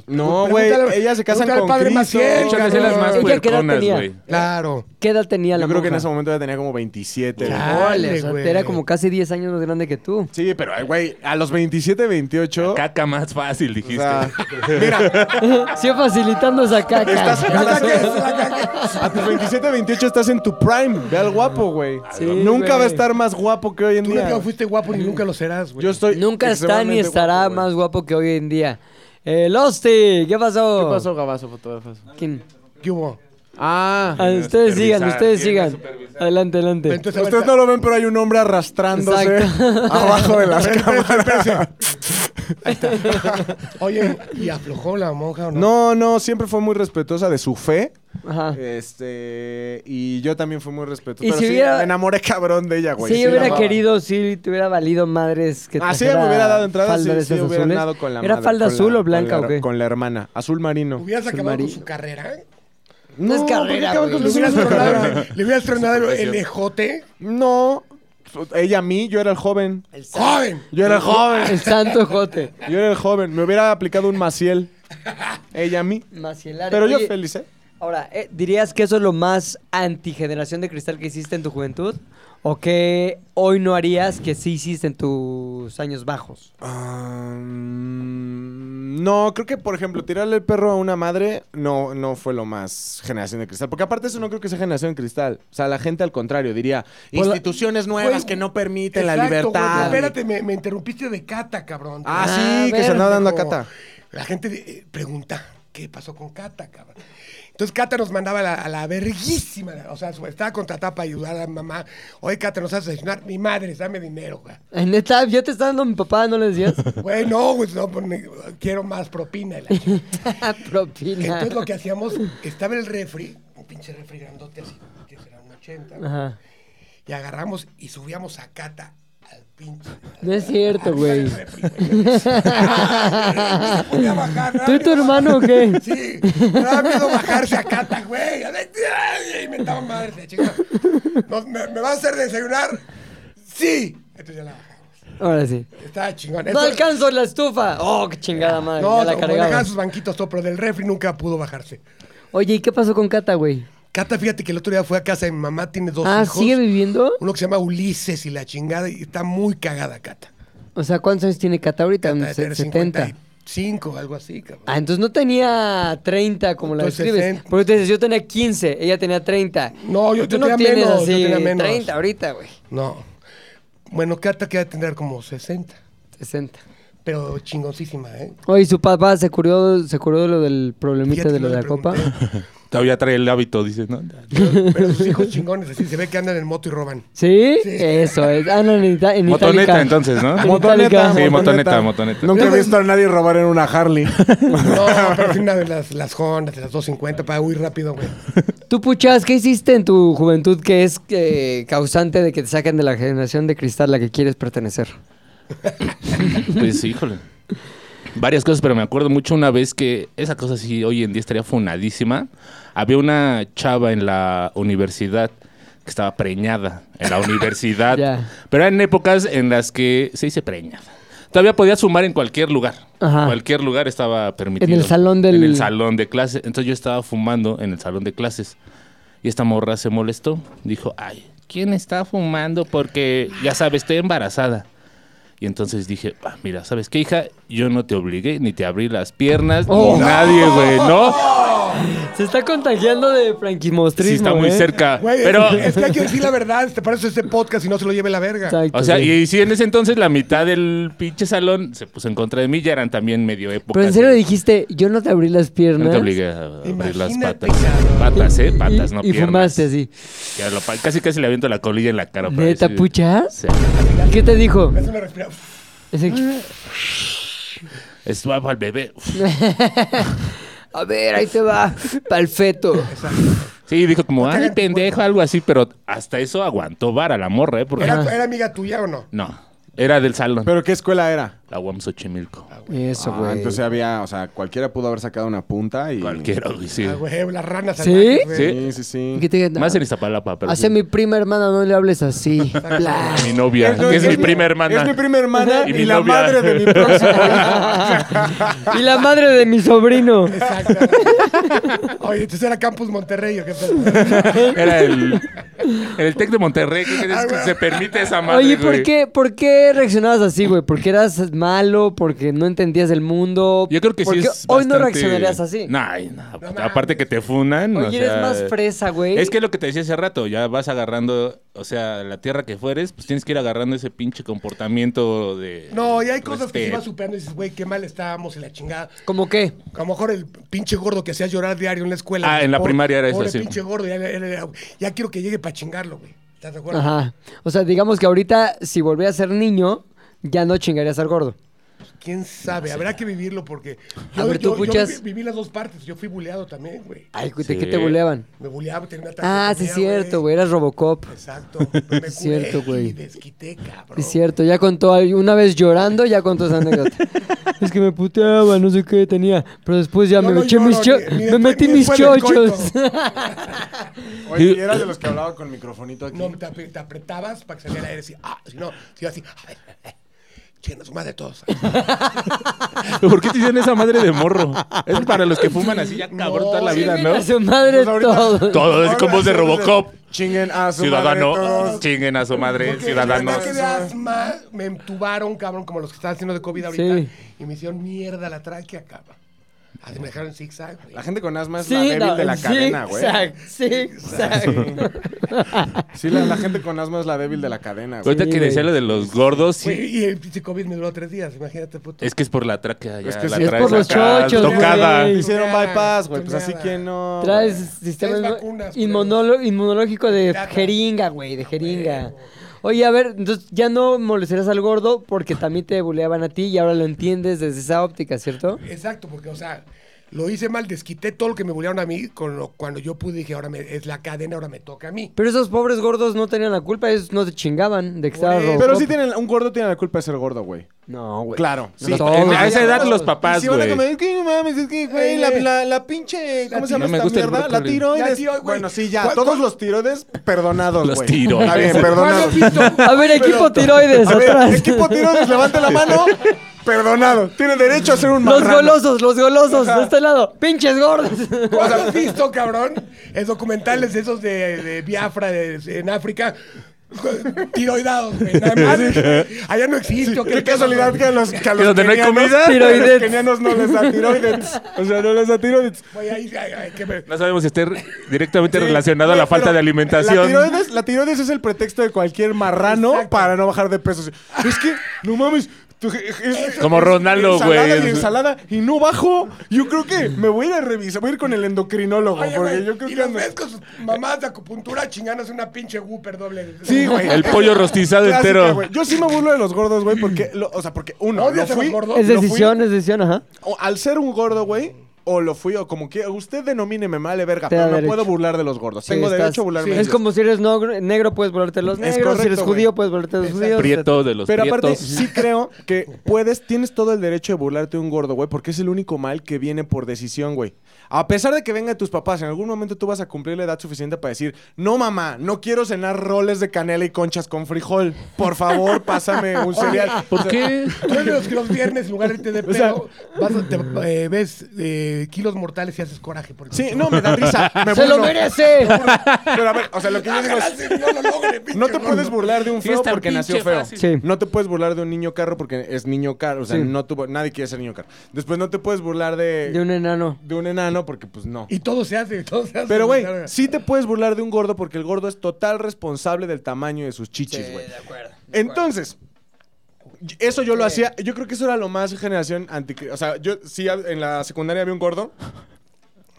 No,
Pregúntale-
güey,
pregúntale-
ellas se casan
pregúntale
con
al padre
Cristo.
Maciel,
Échale
cabrón.
así las más
Ella, ¿qué edad
puerconas,
tenía?
güey.
Claro.
¿Qué edad tenía la
Yo creo que en
monja?
ese momento ya tenía como 27. güey.
Ya.
Órale,
Dale,
o sea,
güey.
te era como casi 10 años más grande que tú.
Sí, pero, ay, güey, a los 27, 28.
Caca más fácil,
o
dijiste.
sea, mira,
Sí, facilitando esa caca.
estás.
Sí,
a las- A tus 27, 28 estás en tu prime. Ve al guapo, güey.
Sí,
Nunca
güey.
va a estar más guapo que hoy en
Tú
día.
nunca fuiste guapo ni nunca lo serás, güey.
Yo estoy.
Nunca está ni
extremadamente
estará
guapo, güey.
más guapo que hoy en día. El Osti, ¿qué pasó?
¿Qué pasó, Gabazo, fotógrafos?
¿Quién?
¿Qué hubo?
Ah,
Ah, ustedes sigan,
supervisar,
ustedes
tiene que
sigan. Adelante, adelante.
Entonces,
Ustedes no lo ven, pero hay un hombre arrastrándose
Exacto.
abajo de las
Espérense,
cámaras.
Oye, ¿y aflojó la monja o no?
No, no, siempre fue muy respetuosa de su fe.
Ajá.
eh, Este, y yo también fui muy respetuosa.
Ah. Y
Pero
si
sí,
hubiera-
me enamoré cabrón de ella, güey.
si
Sí,
yo
la
hubiera
amaba.
querido, si te hubiera valido madres que
Ah, sí,
trajera
me hubiera dado entrada,
falda
sí,
de
sí,
esas
hubiera
azules.
andado con la
¿Era
madre,
falda
con la-
azul o
con la-
blanca o qué?
Con la hermana, azul marino.
¿Hubieras acabado con
marido.
su carrera?
No es
¿por qué
carrera,
acabas
güey.
con
¿Le
los
hubieras
azules?
tronado, ¿le hubieras tronado el ejote?
No, ella a mí, yo era el joven.
¡Joven!
Yo era el joven.
El santo jote.
Yo era el joven. Me hubiera aplicado un Maciel. Ella a mí.
Macielare.
Pero yo
Oye,
feliz, ¿eh?
Ahora, eh, ¿dirías que eso es lo más antigeneración de cristal que hiciste en tu juventud? ¿O que hoy no harías que sí hiciste en tus años bajos?
Ah, mm, no, creo que, por ejemplo, tirarle el perro a una madre no, no fue lo más generación de cristal. Porque aparte eso no creo que sea generación de cristal. O sea, la gente al contrario diría,
Pues la-
instituciones nuevas
Güey,
que no permiten la
Exacto, güey,
libertad.
espérate, me, me interrumpiste de Cata, cabrón.
Ah,
Ah,
sí, que
ver,
se andaba dando a
Como-
Cata.
La gente eh, pregunta, ¿qué pasó con Cata, cabrón? Entonces Cata nos mandaba a la, a la verguísima, o sea, su- estaba contratada para ayudar a mamá. Oye, Cata, nos vas a desayunar. Mi madre, dame dinero, güey.
Ay, Neta, yo te estaba dando mi papá, ¿no le decías?
Güey, no, güey, no, pues, me- quiero más propina. y la chingada.
Propina.
Entonces lo que hacíamos, estaba el refri, un pinche refri grandote así, que será un 80, güey,
Ajá.
y agarramos y subíamos a Cata al pinche.
No es cierto, güey.
al refri, güey. Se ponía a bajar,
¿Tú y tu
rápido,
hermano o qué?
Sí, rápido bajarse a Cata, güey. A ver, ay, Y me estaba madre de chica. Nos- ¿Me, me vas a hacer desayunar? Sí. Entonces ya la bajamos.
Ahora sí.
Estaba chingón.
No
Eso-
alcanzo la estufa. Oh, qué chingada madre.
No,
ya la
no,
cargaba.
manejaba sus banquitos todo, pero del refri nunca pudo bajarse.
Oye, ¿y qué pasó con Cata, güey?
Cata, fíjate que el otro día fue a casa de mi mamá, tiene dos
Ah,
hijos.
¿sigue viviendo?
Uno que se llama Ulises y la chingada, y está muy cagada, Cata.
O sea, ¿cuántos años tiene Cata ahorita?
Cata
Un
de
se-
tener
70.
50 5, algo así, cabrón.
Ah, entonces no tenía 30 como la
Entonces,
describes.
sesenta.
Porque tú dices, yo tenía 15, ella tenía 30.
No, yo-
Tú
yo
no
tenía
tienes
menos, yo
así
tenía menos.
30 ahorita, güey.
No. Bueno, Cata queda tener como 60.
60.
Pero chingoncísima, ¿eh?
Oye, ¿su papá se curó, se curó de lo del problemita
Fíjate
de
que
lo
no
de la
le
copa?
pregunté,
Todavía trae el hábito, dice, ¿no?
Pero, pero sus hijos chingones, así se ve que andan en moto y roban.
¿Sí? Eso es. Ah, no, en, ita- en
Motoneta,
itálica.
entonces, ¿no?
En
Motoneta,
itálica.
Sí, motoneta, motoneta.
Nunca he visto a nadie robar en una Harley.
No, pero sí una de las, las Hondas, de las 250, para huir rápido, güey.
Tú, Puchas, ¿qué hiciste en tu juventud que es eh, causante de que te saquen de la generación de cristal a la que quieres pertenecer?
Pues híjole. Varias cosas, pero me acuerdo mucho una vez que esa cosa sí hoy en día estaría funadísima. Había una chava en la universidad que estaba preñada en la universidad.
Ya.
Pero eran épocas en las que se dice preñada. Todavía podías fumar en cualquier lugar.
Ajá.
Cualquier lugar estaba permitido.
En el salón del-
En el salón de clases. Entonces yo estaba fumando en el salón de clases. Y esta morra se molestó. Dijo, ay, ¿quién está fumando? Porque, ya sabes, estoy embarazada. Y entonces dije, "Ah, mira, ¿sabes qué, hija? Yo no te obligué, ni te abrí las piernas,
Oh.
ni nadie, güey, ¿no?
Se está contagiando de franquismostrismo.
Sí, está muy
¿eh?
cerca.
Güey, es-
pero,
es, que hay que decir la verdad, te parece este podcast y no se lo lleve la verga.
Exacto,
o sea,
sí.
y, sí, en ese entonces la mitad del pinche salón se puso en contra de mí, ya eran también medio época.
Pero en serio dijiste, yo no te abrí las piernas.
No te obligué a abrir las
Imagínate,
patas.
cabrón.
Patas, ¿eh? Patas,
y,
no
Y
piernas.
fumaste así.
Ya lo pa- casi, casi le aviento la colilla en la cara. para
¿Neta,
decir-
Puchas?
Sí.
¿Qué te dijo?
Me hace una respira-
Ese-
Es guapo al bebé. Uf.
A ver, ahí te va. Pa'l feto.
Sí, dijo como, ay, pendejo, algo así, pero hasta eso aguantó vara la morra, ¿eh? Porque
Ah.
¿Era, ¿Era amiga tuya o no?
no, era del salón.
¿Pero qué escuela era?
La UAM Xochimilco.
Eso,
Ah,
güey.
entonces había, o sea, cualquiera pudo haber sacado una punta y...
Cualquiera, güey, sí.
Ah, güey, las ranas.
¿Sí?
salvajes, güey.
Sí.
Sí, sí, sí.
¿Qué te-
Más en Iztapalapa, pero
Hacia
sí.
mi prima hermana no le hables así. Bla.
mi novia, que es, mi prima hermana.
Es mi prima hermana
Y
y,
mi
la
novia.
madre de mi próximo hijo.
y la madre de mi sobrino.
Exacto. Oye, entonces era Campus Monterrey. ¿o qué pedo?
Era el, en el Tec de Monterrey, ¿qué crees que se permite esa madre,
Ah, Oye, ¿por
güey?
qué, ¿por qué reaccionabas así, güey? ¿Porque eras malo? ¿Porque no entendías el mundo?
Yo creo que sí
¿Por
es
qué hoy no
bastante-
reaccionarías así.
Nah, ay, nah, aparte que te funan.
Oye,
o
eres
sea,
más fresa, güey.
Es que lo que te decía hace rato, ya vas agarrando, o sea, la tierra que fueres, pues tienes que ir agarrando ese pinche comportamiento de...
No, y hay cosas que se
respeto.
van superando y dices, güey, qué mal estábamos y la chingada.
¿Cómo qué?
A lo mejor el pinche gordo que hacías llorar diario en la escuela.
Ah,
güey,
en la
pobre-
primaria era eso,
pobre
sí.
pinche gordo, ya, ya- ya- ya quiero que llegue para chingarlo, güey. ¿Estás de acuerdo?
Ajá. O sea, digamos que ahorita, si volvieras a ser niño, ya no chingarías al gordo.
¿Quién sabe? Habrá que vivirlo porque...
A ver, tú
yo
escuchas-
viví, viví las dos partes. Yo fui buleado también, güey.
Ay, güey, ¿de
Sí.
qué te buleaban?
Me buleaba, tenía una
Ah, sí, es
traquetomía,
cierto, güey. Eras Robocop.
Exacto. Me curé
cierto, güey.
Y desquité, cabrón.
Es cierto, ya contó al- una vez llorando, ya contó esa anécdota. es que me puteaba, no sé qué tenía. Pero después ya
No,
me,
no
eché
lloro,
mis cho-
ni- ni
me
después-
metí
ni
mis
después del
chochos.
Oye, ¿y era de los que hablaba con microfonito aquí.
No, te, apre- te apretabas para que saliera aire así. Ah, si no, si yo así... Chinga su madre todos.
¿Por qué te dicen esa madre de morro? Es para los que fuman así ya cabrón toda la
Sí,
vida,
A
¿no?
su madre
Pues ahorita-
todo.
Todo es con voz de Robocop.
Chinguen a su madre
Ciudadano,
todos.
chinguen a su madre,
Porque
ciudadano.
el ataque de asma me entubaron, cabrón, como los que están haciendo de COVID ahorita.
Sí.
Y me hicieron mierda la tráquea, cabrón. Así me dejaron zigzag, güey.
La gente con asma es
Sí,
la débil
no,
de la
sí,
cadena, güey.
exacto, sí, exacto.
Sí, la, la gente con asma es la débil de la cadena, güey.
Ahorita que decía lo de los gordos, sí,
Güey, Y el pinche COVID me duró tres días, imagínate, puto.
es que es por la tráquea. ya,
Es que
la
sí, es
traes
por los
acá
chochos, güey.
Tocada.
Sí.
Hicieron
Tuneada,
bypass, güey. Pues así
tuneada.
que no.
Traes
güey.
sistema
Traes
inmu-
vacunas,
inmonolo- inmunológico de
Pirata.
jeringa, güey, de jeringa. Oye, a ver, entonces ya no molestarás al gordo porque también te buleaban a ti y ahora lo entiendes desde esa óptica, ¿cierto?
Exacto, porque, o sea, lo hice mal, desquité todo lo que me bulearon a mí, con lo, cuando yo pude dije, ahora me- es la cadena, ahora me toca a mí.
Pero esos pobres gordos no tenían la culpa, ellos no se chingaban de que estaba
eso.
Robocop.
Pero sí tienen, un gordo tiene la culpa de ser gordo, güey.
No, güey.
Claro.
No,
sí.
todos.
En- a esa edad
Todos.
los papás,
Y si van a
güey.
comer, es que no mames, es que, güey, la, la, la pinche, ¿cómo se llama
No me
esta
gusta el
mierda? La
brócoli.
tiroides.
La tiroides, güey.
Bueno, sí, ya,
¿Cuál-
todos
cuál-
los tiroides perdonados,
Los
güey.
tiroides.
Está bien, perdonados.
A ver, equipo tiroides,
A ver,
atrás.
equipo tiroides, levante la mano. Perdonado. Tiene derecho a ser un
Los
marrano.
golosos, los golosos, de este lado. Pinches gordos.
¿Cuándo has visto, cabrón? Es documentales de esos de, de Biafra de- en África. tiroidados, güey. Nada más. Allá no existe. ¿o
Qué casualidad que a los, que a los
donde no hay
kenianos-
comida,
a los
tiroides.
kenianos no les da tiroides. O sea, no les da tiroides.
Güey, ahí- ahí- ahí, qué ver-
No sabemos si esté re- directamente
Sí,
relacionado a
güey,
la falta
pero
de
La
alimentación.
tiroides, la tiroides es el pretexto de cualquier marrano
Exacto.
para no bajar de peso. Es que, no mames. tu- es-
Como
es-
Ronaldo,
ensalada
güey.
y ensalada y no bajo. Yo creo que me voy a ir a revisar, voy a ir con el endocrinólogo.
Oye,
porque
güey,
yo creo
y
que.
los
ando-
ves con sus mamás de acupuntura chinganas una pinche Whooper doble.
Sí, güey.
El pollo rostizado
Clásica,
entero.
güey. Yo sí me burlo de los gordos, güey, porque, lo- o sea, porque uno, lo
¿Odias a los
fui,
gordos?
Es
lo fui-
decisión, es decisión, ajá.
o- al ser un gordo, güey, o lo fui, o como que usted denomíneme mal, verga,
Te
pero
da
no
derecho.
puedo burlar de los gordos.
Sí,
Tengo
estás-
derecho a burlarme. de
Es
ellos.
como si eres negro, negro, puedes volverte a los
Es
negros. si
correcto,
eres
güey.
judío, puedes volverte a los judíos.
Prieto de los
Pero aparte,
prietos.
sí creo que puedes, tienes todo el derecho de burlarte de un gordo, güey, porque es el único mal que viene por decisión, güey. A pesar de que vengan tus papás, en algún momento tú vas a cumplir la edad suficiente para decir, no mamá, no quiero cenar roles de canela y conchas con frijol. Por favor, pásame un cereal.
¿Por qué?
Tú eres de los que los viernes, en lugar de irte de pedo, vas a- te, eh, ves eh, kilos mortales y haces coraje. Por
Sí, no, me da risa. Me
¡Se lo
burlo.
merece!
Pero a ver, o sea, lo que yo digo
Ojalá
es,
sí, no lo logre, pinche
no te
gordo.
puedes burlar de un
Sí,
feo
es tan
porque nació
pinche
feo.
fácil.
Sí.
No te puedes burlar de un niño carro porque es niño carro. O sea,
Sí.
no tuvo, nadie quiere ser niño carro. Después no te puedes burlar
De un enano.
de un enano porque pues no.
Y todo se hace, todo se hace.
Pero, güey,
Verga.
sí te puedes burlar de un gordo porque el gordo es total responsable del tamaño de sus chichis, güey. Entonces, y- eso yo lo hacía. Yo creo que eso era lo más generación anti... O sea, yo sí hab- en la secundaria había un gordo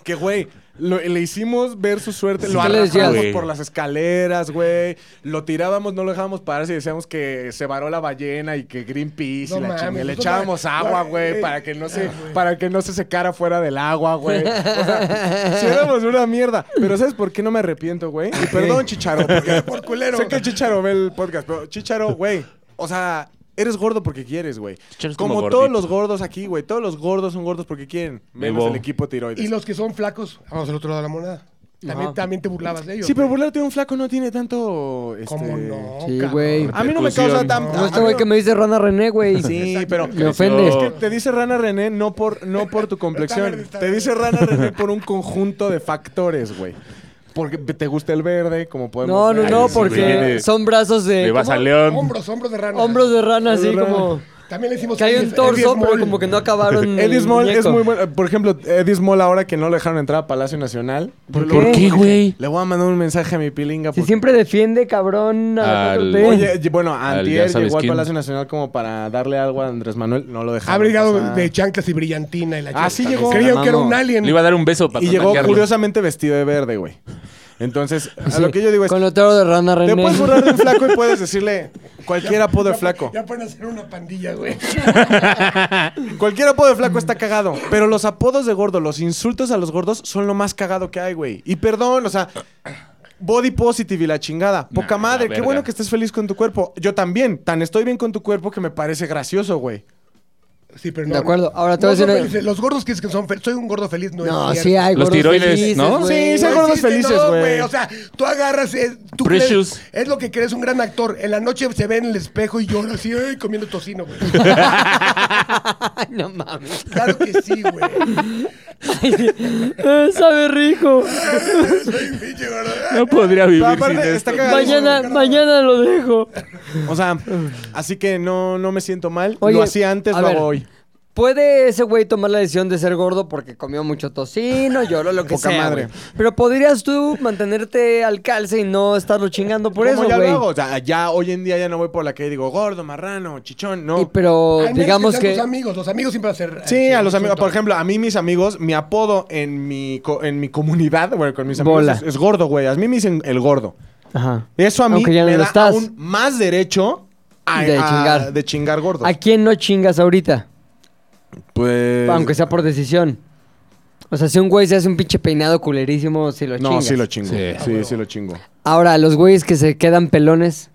que, güey, lo- le hicimos ver su suerte. lo
¿qué le decías?
arrastrábamos
Güey.
por las escaleras, güey. Lo tirábamos, no lo dejábamos pararse y decíamos que se varó la ballena y que Greenpeace
No
y la
mames,
chingada. Le
nosotros-
echábamos agua,
güey,
güey, para que no se, para que no se secara fuera del agua, güey. O sea, si éramos una mierda. Pero ¿sabes por qué no me arrepiento, güey? Y perdón, Chicharo, porque
Por culero.
sé que Chicharo ve el podcast, pero Chicharo, güey, o sea, eres gordo porque quieres, güey.
Chicharo es
Como,
como
todos
gordito.
los gordos aquí, güey, todos los gordos son gordos porque quieren, menos
Bebo.
el equipo tiroides.
Y los que son flacos, vamos al otro lado de la moneda. También,
Ajá.
también te burlabas de ellos.
Sí, pero
güey.
burlarte de un flaco no tiene tanto este...
¿Cómo no?
Sí,
cabrón?
güey.
A mí no me causa
Repercusión.
tan...
No,
a
No, este
mí
güey
no-
que me dice Rana René, güey.
Sí, pero
Me ofende.
Es que-
Te dice Rana René no por, no por tu
Está
complexión.
verde, está
Te
verde.
dice Rana René por un conjunto de factores, güey. Porque te gusta el verde, como podemos
No, no,
ver.
no,
sí,
porque
güey.
son brazos
Le
de.
vas
¿cómo?
a León.
Hombros, hombros de rana.
Hombros de rana, así
Hombros de
como.
También le hicimos
Que hay
Eddie-
un
Eddie
torso, pero
Small.
como que no acabaron. el
Eddie Small es
muñeco.
muy bueno. Eh, Por ejemplo, Eddie Small ahora que no lo dejaron entrar a Palacio Nacional.
¿Por
Luego
qué?
dije,
güey?
Le voy a mandar un mensaje a mi pilinga.
Si
porque-
siempre defiende, cabrón. A
Al-
la 4T.
Oye, y- bueno,
ya
antier
sabes
llegó al
quién.
Palacio Nacional como para darle algo a Andrés Manuel. No lo dejaron.
Ha brigado
pasar.
de chanclas y brillantina
Ah,
y la chingada.
sí llegó.
Creían que era un
Mamo.
alien.
Le iba a dar un beso para
Y llegó
contagiarlo.
curiosamente vestido de verde, güey. Entonces, a lo que yo digo es...
Con el toro de Rana René.
Te puedes burlar de un flaco y puedes decirle cualquier apodo de flaco.
Ya pueden hacer una pandilla, güey.
Cualquier apodo de flaco está cagado. Pero los apodos de gordo, los insultos a los gordos son lo más cagado que hay, güey. Y perdón, o sea, body positive y la chingada. Poca
Nah,
madre,
la
qué
verga.
bueno que estés feliz con tu cuerpo. Yo también, tan estoy bien con tu cuerpo que me parece gracioso, güey.
Sí, pero no.
De acuerdo, ahora te voy
no
a decir
son
una-
felices. Los gordos que dicen que son felices. Soy un gordo feliz, no,
No,
es
sí hay
Los
gordos
tiroides,
felices,
¿no?
güey.
Sí, sí hay gordos
existe,
felices,
no,
güey.
O sea, tú agarras. eh, tú crees-
Precious.
es lo que crees un gran actor. En la noche se ve en el espejo y llora así, "Ay, comiendo tocino, güey.
Ay, no mames.
Claro que sí, güey.
Eh, Sabe rico.
Soy un pinche gordo.
No podría vivir
Pero aparte,
sin esto.
está cagado.
Mañana, mañana lo dejo.
O sea, así que no, no me siento mal.
Oye,
lo hacía antes,
a
lo
ver.
hago hoy.
Puede ese güey tomar la decisión de ser gordo porque comió mucho tocino, lloró lo que
Poca
sea,
madre.
güey. Pero podrías tú mantenerte al calce y no estarlo chingando por
¿Cómo
eso,
ya lo
güey.
hago? O sea, ya hoy en día ya no voy por la que digo gordo, marrano, chichón, no.
Y pero
Al menos
digamos
sean
que
Los amigos, los amigos siempre van a ser.
Sí, a los amigos. Por ejemplo, a mí mis amigos, mi apodo en mi, co- en mi comunidad, bueno, con mis amigos
Bola.
es, es gordo, güey. A mí me dicen el gordo.
Ajá.
Eso a mí
Aunque ya no
me
lo
da
estás.
aún más derecho a,
De
a-
chingar.
de chingar gordos.
¿A quién no chingas ahorita?
Pues...
Aunque sea por decisión. O sea, si un güey se hace un pinche peinado culerísimo, sí lo
No,
chingas.
sí lo chingo. Sí,
Sí.
sí, lo chingo.
Ahora, los güeyes que se quedan pelones.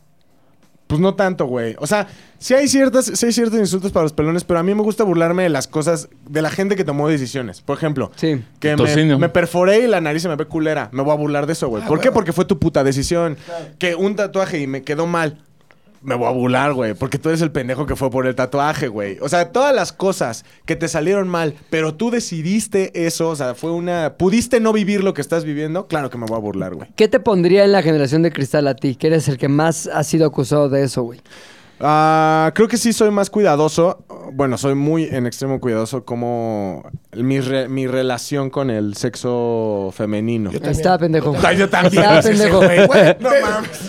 Pues no tanto, güey. O sea, sí hay, ciertas, sí hay ciertos insultos para los pelones, pero a mí me gusta burlarme de las cosas, de la gente que tomó decisiones. Por ejemplo,
Sí.
Que me,
Tocino.
me perforé y la nariz se me ve culera. Me voy a burlar de eso, güey. ¿Por qué? Porque fue tu puta decisión. Que un tatuaje y me quedó mal. me voy a burlar, güey, porque tú eres el pendejo que fue por el tatuaje, güey. O sea, todas las cosas que te salieron mal, pero tú decidiste eso, o sea, fue una... ¿Pudiste no vivir lo que estás viviendo? Claro que me voy a burlar, güey.
¿Qué te pondría en la generación de cristal a ti? Que eres el que más ha sido acusado de eso, güey.
Ah, creo que sí soy más cuidadoso. Bueno, soy muy en extremo cuidadoso como mi, re- mi relación con el sexo femenino.
Ahí está, pendejo.
Ay, yo también.
Está, pendejo.
Güey, güey, ve,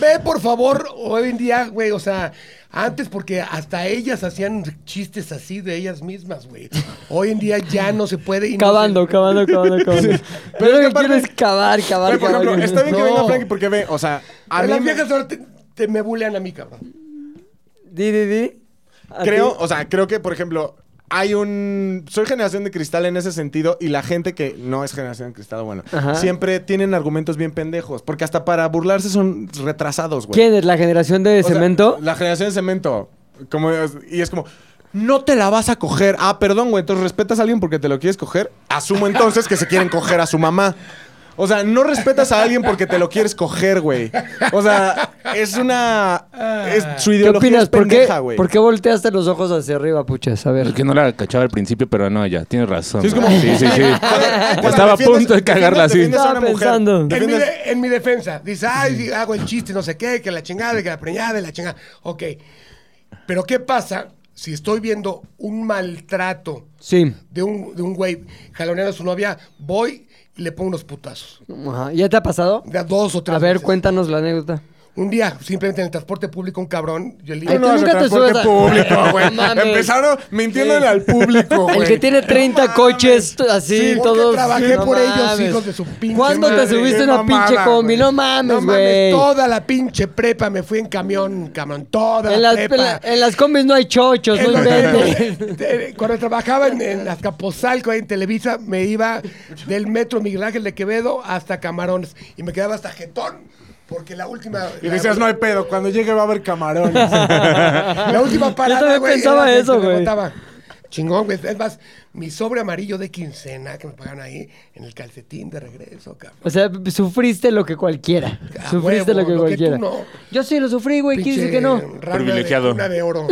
ve, por favor, hoy en día, güey, o sea, antes porque hasta ellas hacían chistes así de ellas mismas, güey. Hoy en día ya no se puede. y no
Cavando, cavando, cavando, cavando. Pero lo que
aparte-
quiero es cavar, cavar,
Güey, por
cavar.
ejemplo, está bien que
No.
venga Frankie porque ve, o sea,
se-
a mí
las
me-
viejas ahora te, te me bulean a mí, cabrón.
Di, di, di. A
creo,
ti.
o sea, creo que por ejemplo hay un soy generación de cristal en ese sentido y la gente que no es generación de cristal, bueno,
Ajá.
siempre tienen argumentos bien pendejos, porque hasta para burlarse son retrasados, güey.
¿Quién es la generación de
O sea,
cemento?
la generación de cemento. Como, es- y es como, no te la vas a coger. Ah, perdón, güey. Entonces respetas a alguien porque te lo quieres coger. Asumo entonces que se quieren coger a su mamá. O sea, no respetas a alguien porque te lo quieres coger, güey. O sea, es una. Es, su
¿Qué
ideología
opinas?
es
¿Por qué,
pendeja, güey.
¿Por qué volteaste los ojos hacia arriba, puchas? A ver.
Es que no la cachaba al principio, pero no, ya, tienes razón.
Sí, es
güey.
como-
sí, sí, sí.
Cuando
Estaba a
defiendes-
punto de cagarla así.
defiendes a
Estaba
una mujer,
pensando. En
En mi,
defiendes-
de- en mi defensa. Dice, ay, sí, hago el chiste, no sé qué, que la chingada, que la preñada, y la chingada. Ok. Pero ¿qué pasa si estoy viendo un maltrato
Sí.
de un, de un güey jaloneando a su novia? Voy y le pongo unos putazos.
Ajá. ¿Ya te ha pasado?
De a dos o tres
A ver,
veces.
cuéntanos la anécdota.
Un día, simplemente en el transporte público, un cabrón, yo
Ay,
le digo,
tú
Uno hace
nunca te
transporte
subes a-
público, güey.
No mames.
Empezaron mintiéndole al público, güey.
El que tiene 30 coches t- así,
Sí, porque
todos.
trabajé por ellos,
mames.
hijos de su pinche
¿Cuándo
madre, Eh,
te subiste
qué
una
mamada,
pinche combi?
güey.
No
no
mames,
mames,
güey.
toda la pinche prepa me fui en camión, cabrón, toda
en,
la
las,
prepa.
en la- en las combis no hay chochos, no
En los-
inventes.
eh, Cuando trabajaba en, en Azcapotzalco, ahí en Televisa, me iba del metro Miguel Ángel de Quevedo hasta Camarones y me quedaba hasta Getón, porque la última...
Y
la-
decías, no hay pedo, cuando llegue va a haber camarones.
La última parada,
también
güey.
pensaba
era que
eso,
se me
güey.
botaba. Chingón, güey. Es más, mi sobre amarillo de quincena que me pagan ahí en el calcetín de regreso, cabrón.
O sea, sufriste lo que cualquiera.
A
sufriste lo que
Ah, huevo, lo que tú
cualquiera.
no.
Yo sí lo sufrí, güey. ¿Quién dice que no?
Privilegiado.
Una de oro.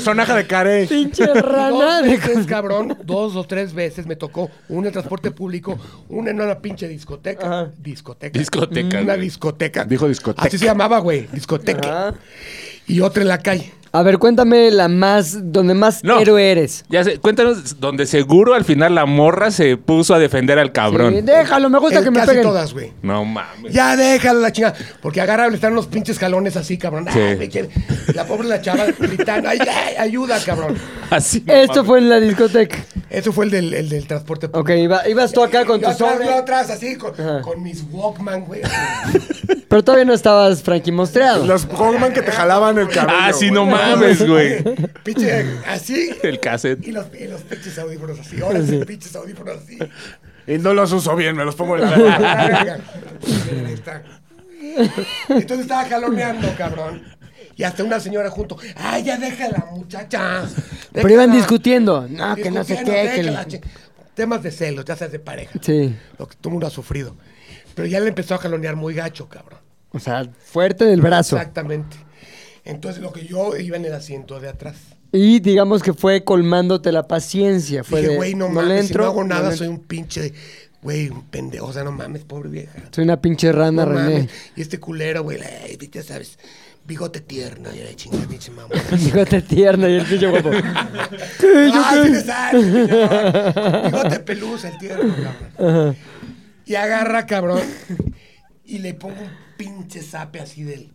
Sonaja de Carey.
Pinche
Dos
rana. de
veces, cabrón, dos o tres veces me tocó una en transporte público, una en una pinche discoteca.
Ajá.
Discoteca.
Discoteca,
Una
güey.
discoteca.
Dijo discoteca.
Así se llamaba, güey. Discoteca.
Ajá.
Y otra en la calle.
A ver, cuéntame la más, donde más
No.
héroe eres.
Ya sé, cuéntanos donde seguro al final la morra se puso a defender al cabrón.
Sí, déjalo, me gusta
En
que me
casi
peguen.
todas, güey.
No mames.
Ya déjala la chingada. Porque agarrable están unos pinches jalones así, cabrón. Ay,
Sí.
pinche- la pobre la chava gritando. Ay, ay, ayuda, cabrón.
Así. no
Esto
mames.
fue en la discoteca.
Eso fue el del, el del transporte público.
Ok, iba- ibas tú acá con
Yo
tu
atrás, yo
sobre.
atrás, así, con,
Ajá.
con mis Walkman, güey.
Pero todavía no estabas Frankie mostreado.
Los Hogman que te jalaban el cabello.
Ah, sí,
güey.
no mames, güey.
Pinche, así.
El cassette.
Y los, y los pinches audífonos así. Ahora sí, pinches audífonos así.
Y no los uso bien, me los pongo en la.
La verga. Ahí está. Entonces estaba jaloneando, cabrón. Y hasta una señora junto. ¡Ay, ya déjala, muchacha!
Pero
Déjala.
iban discutiendo. No, Ah, que no sé
Discutiendo,
qué. que
déjala,
el-
chi- Temas de celos, ya sabes, de pareja.
Sí.
Lo que todo el mundo ha sufrido. Pero ya le empezó a jalonear muy gacho, cabrón.
O sea, fuerte del brazo.
Exactamente. Entonces lo que yo iba en el asiento de atrás.
Y digamos que fue colmándote la paciencia. Fue
Dije,
de,
güey, no,
le
mames,
entro,
si no hago
le
nada,
entro.
soy un pinche, güey, un pendejo. O sea, no mames, pobre vieja.
Soy una pinche rana,
No
René.
mames. Y este culero, güey, ay, ya sabes, bigote tierno, y la chingada, pinche mamá.
Bigote tierno y el pinche guapo.
Ay, sí le sale, señor. bigote pelusa, el tierno, cabrón. Y agarra, cabrón, y le pongo un pinche sape así de él.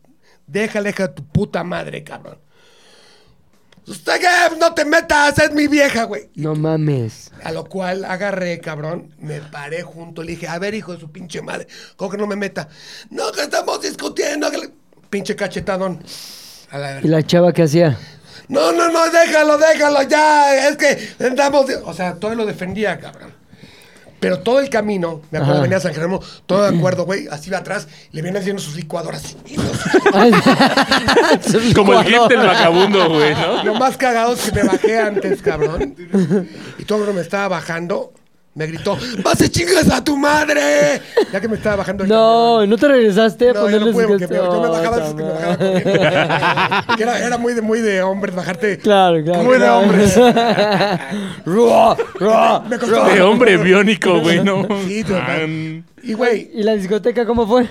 Déjale, hija de tu puta madre, cabrón. Usted que no te metas, es mi vieja, güey.
No mames.
A lo cual agarré, cabrón, me paré junto, le dije, a ver, hijo de su pinche madre, ¿cómo que no me meta? No, que estamos discutiendo, que le-". pinche cachetadón. A la
¿Y
verga.
la chava qué hacía?
No, no, no, déjalo, déjalo, ya, es que estamos... di-". O sea, todo lo defendía, cabrón. Pero todo el camino, me acuerdo,
Ajá.
venía a San Jerónimo, todo de acuerdo, güey, así va atrás, le vienen haciendo sus licuadoras. Y los-
Ay,
Como el hit
licuado.
del vagabundo, güey, ¿no?
Lo más cagado es que me bajé antes, cabrón. Y todo lo que me estaba bajando, Me gritó, ¡vas a chingas a tu madre! Ya que me estaba bajando el camión.
No, no te regresaste a
No, yo no
ponerles
pude porque
que-
me- yo me
Oh,
bajaba antes que me bajara corriendo. Porque era, era muy de muy de hombres bajarte.
Claro, claro.
Muy de
claro.
hombres.
Ruah, ruah.
Me costó-
De hombre biónico, güey, ¿no? Ah,
Sí, total.
Tan-
Y güey,
¿Y la discoteca cómo fue?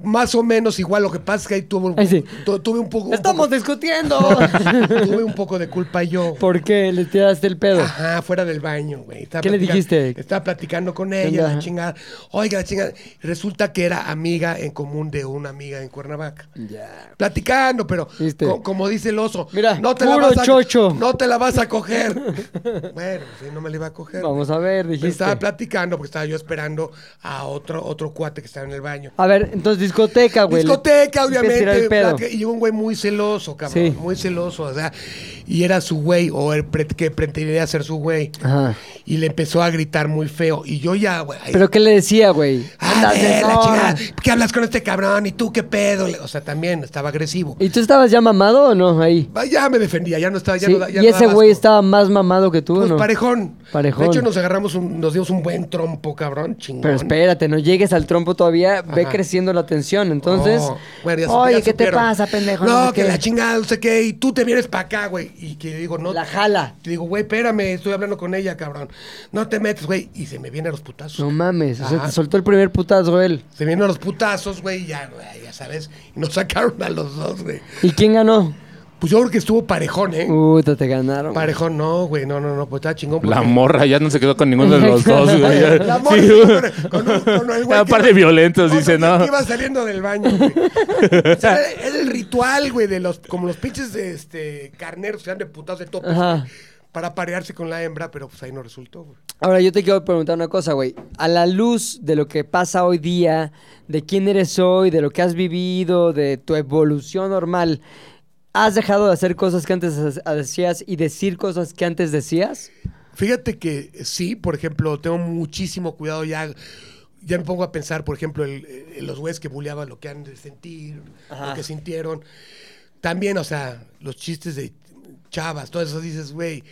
más o menos igual lo que pasa es que ahí tuvo-
Ay, sí.
tu- tuve un poco un
Estamos discutiendo.
poco- tuve un poco de culpa yo.
¿Por qué le tiraste el pedo?
Ajá, fuera del baño, güey. Estaba
¿Qué le
platicando-
dijiste?
Estaba platicando con ella,
Ajá.
la chingada. Oiga, la chingada. Resulta que era amiga en común de una amiga en Cuernavaca.
Ya.
Platicando, pero
¿Viste?
co- como dice el oso,
Mira,
no te
puro
la vas a,
chocho.
No te la vas a coger. bueno, sí, no me la iba a coger.
Vamos a ver,
Pero
dijiste.
estaba platicando porque estaba yo esperando a otro, otro cuate que estaba en el baño.
A ver, entonces discoteca, güey. le-
Discoteca,
le tiró el
obviamente.
pedo.
platica- Y llegó un güey muy celoso, cabrón.
Sí.
Muy celoso, o sea. Y era su güey, o el pre- que pretendía ser su güey.
Ajá.
Y le empezó a gritar muy feo. Y yo ya, güey. ahí-
¿Pero qué le decía, güey?
Ah,
Andas
de
de
la
zorra.
chingada, ¿Qué hablas con este cabrón? ¿Y tú qué pedo? O sea, también estaba agresivo.
¿Y tú estabas ya mamado o no ahí?
Ah, Ya me defendía, ya no estaba. Ya
Sí,
no da- ya
¿Y
no daba
ese güey
asco.
estaba más mamado que tú o
Pues
no?
parejón.
Parejón.
De hecho, nos agarramos, un- nos dimos un buen trompo, cabrón. Chingón.
Pero espérate, no llegues al trompo todavía, ve creciendo la tensión. Entonces,
Oh, bueno, ya sup-
oye,
ya
¿qué te
supieron.
pasa, pendejo?
No,
sé
que
qué.
la chingada, no sé qué, y tú te vienes para acá, güey. Y que le digo, no.
La jala.
Te digo, güey, espérame, estoy hablando con ella, cabrón. No te metes, güey. Y se me vienen los putazos.
No mames, o sea,
Ajá.
te soltó el primer putazo él.
Se vienen los putazos, güey, y ya, güey, ya sabes. Y nos sacaron a los dos, güey.
¿Y quién ganó?
Pues yo creo que estuvo parejón, ¿eh?
Puta, te ganaron.
Parejón, no, güey, no, no, no, pues estaba chingón.
La
porque-
morra ya no se quedó con ninguno de los dos, güey.
La morra,
Sí,
con, con, con el güey. que
Aparte
iba-
violentos,
otro
dice,
que
¿no?
Iba saliendo del baño, güey. O sea, era, era el ritual, güey, de los, como los pinches este, carneros que eran de putados de topes.
Ajá.
güey, Para parearse con la hembra, pero pues ahí no resultó, güey.
Ahora, yo te quiero preguntar una cosa, güey. A la luz de lo que pasa hoy día, de quién eres hoy, de lo que has vivido, de tu evolución normal, ¿has dejado de hacer cosas que antes ha- hacías y decir cosas que antes decías?
Fíjate que eh, sí, por ejemplo, tengo muchísimo cuidado ya. Ya me pongo a pensar, por ejemplo, el- el- los güeyes que buleaban lo que han de sentir, lo que sintieron. También, o sea, los chistes de chavas, todo eso dices, güey,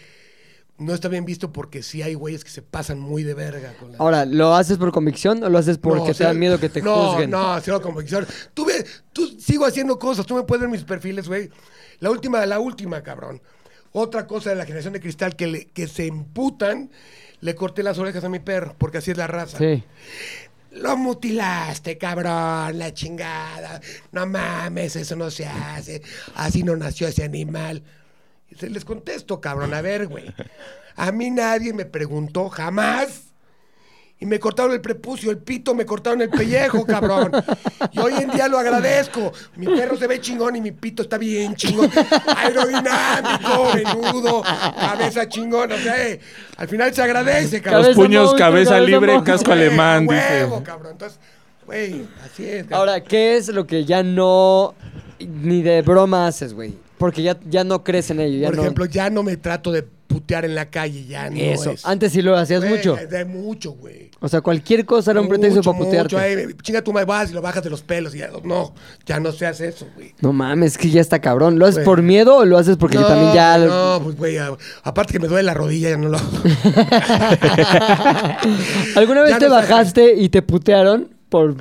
no está bien visto porque sí hay güeyes que se pasan muy de verga con la
Ahora, ¿lo haces por convicción o lo haces porque
No,
te
o sea,
da miedo que te
no,
juzguen?
No, no, convicción. Tú, ve, tú sigo haciendo cosas, tú me puedes ver mis perfiles, güey. La última, la última, cabrón. Otra cosa de la generación de cristal que, le- que se emputan, le corté las orejas a mi perro, porque así es la raza.
Sí.
Lo mutilaste, cabrón, la chingada. No mames, eso no se hace. Así no nació ese animal. Y se les contesto, cabrón, a ver, güey. A mí nadie me preguntó jamás. Y me cortaron el prepucio, el pito, me cortaron el pellejo, cabrón. Y hoy en día lo agradezco. Mi perro se ve chingón y mi pito está bien chingón. Aerodinámico, menudo, cabeza chingón, o sea, eh, al final se agradece, cabrón.
Los
Cabeza
puños,
monstruo,
cabeza
cabeza
libre,
monstruo.
casco alemán,
Eh,
dice.
huevo, cabrón. Entonces, güey, así es. cabrón.
Ahora, ¿qué es lo que ya no ni de broma haces, güey? Porque ya, ya no crees en ello. Ya
por
no-
ejemplo, ya no me trato de putear en la calle, ya no
eso.
es.
Antes sí lo hacías
Güey,
mucho.
De mucho, güey.
O sea, cualquier cosa era un pretexto para putearte.
Mucho, ay, chinga tú me vas y lo bajas de los pelos. Y ya, no, ya no se hace eso, güey.
No mames, que ya está cabrón. ¿Lo haces
Güey.
por miedo o lo haces porque
no,
también ya...
No, pues, güey, a- aparte que me duele la rodilla, ya no lo hago.
¿Alguna vez
Ya
te
no sabes.
bajaste y te putearon por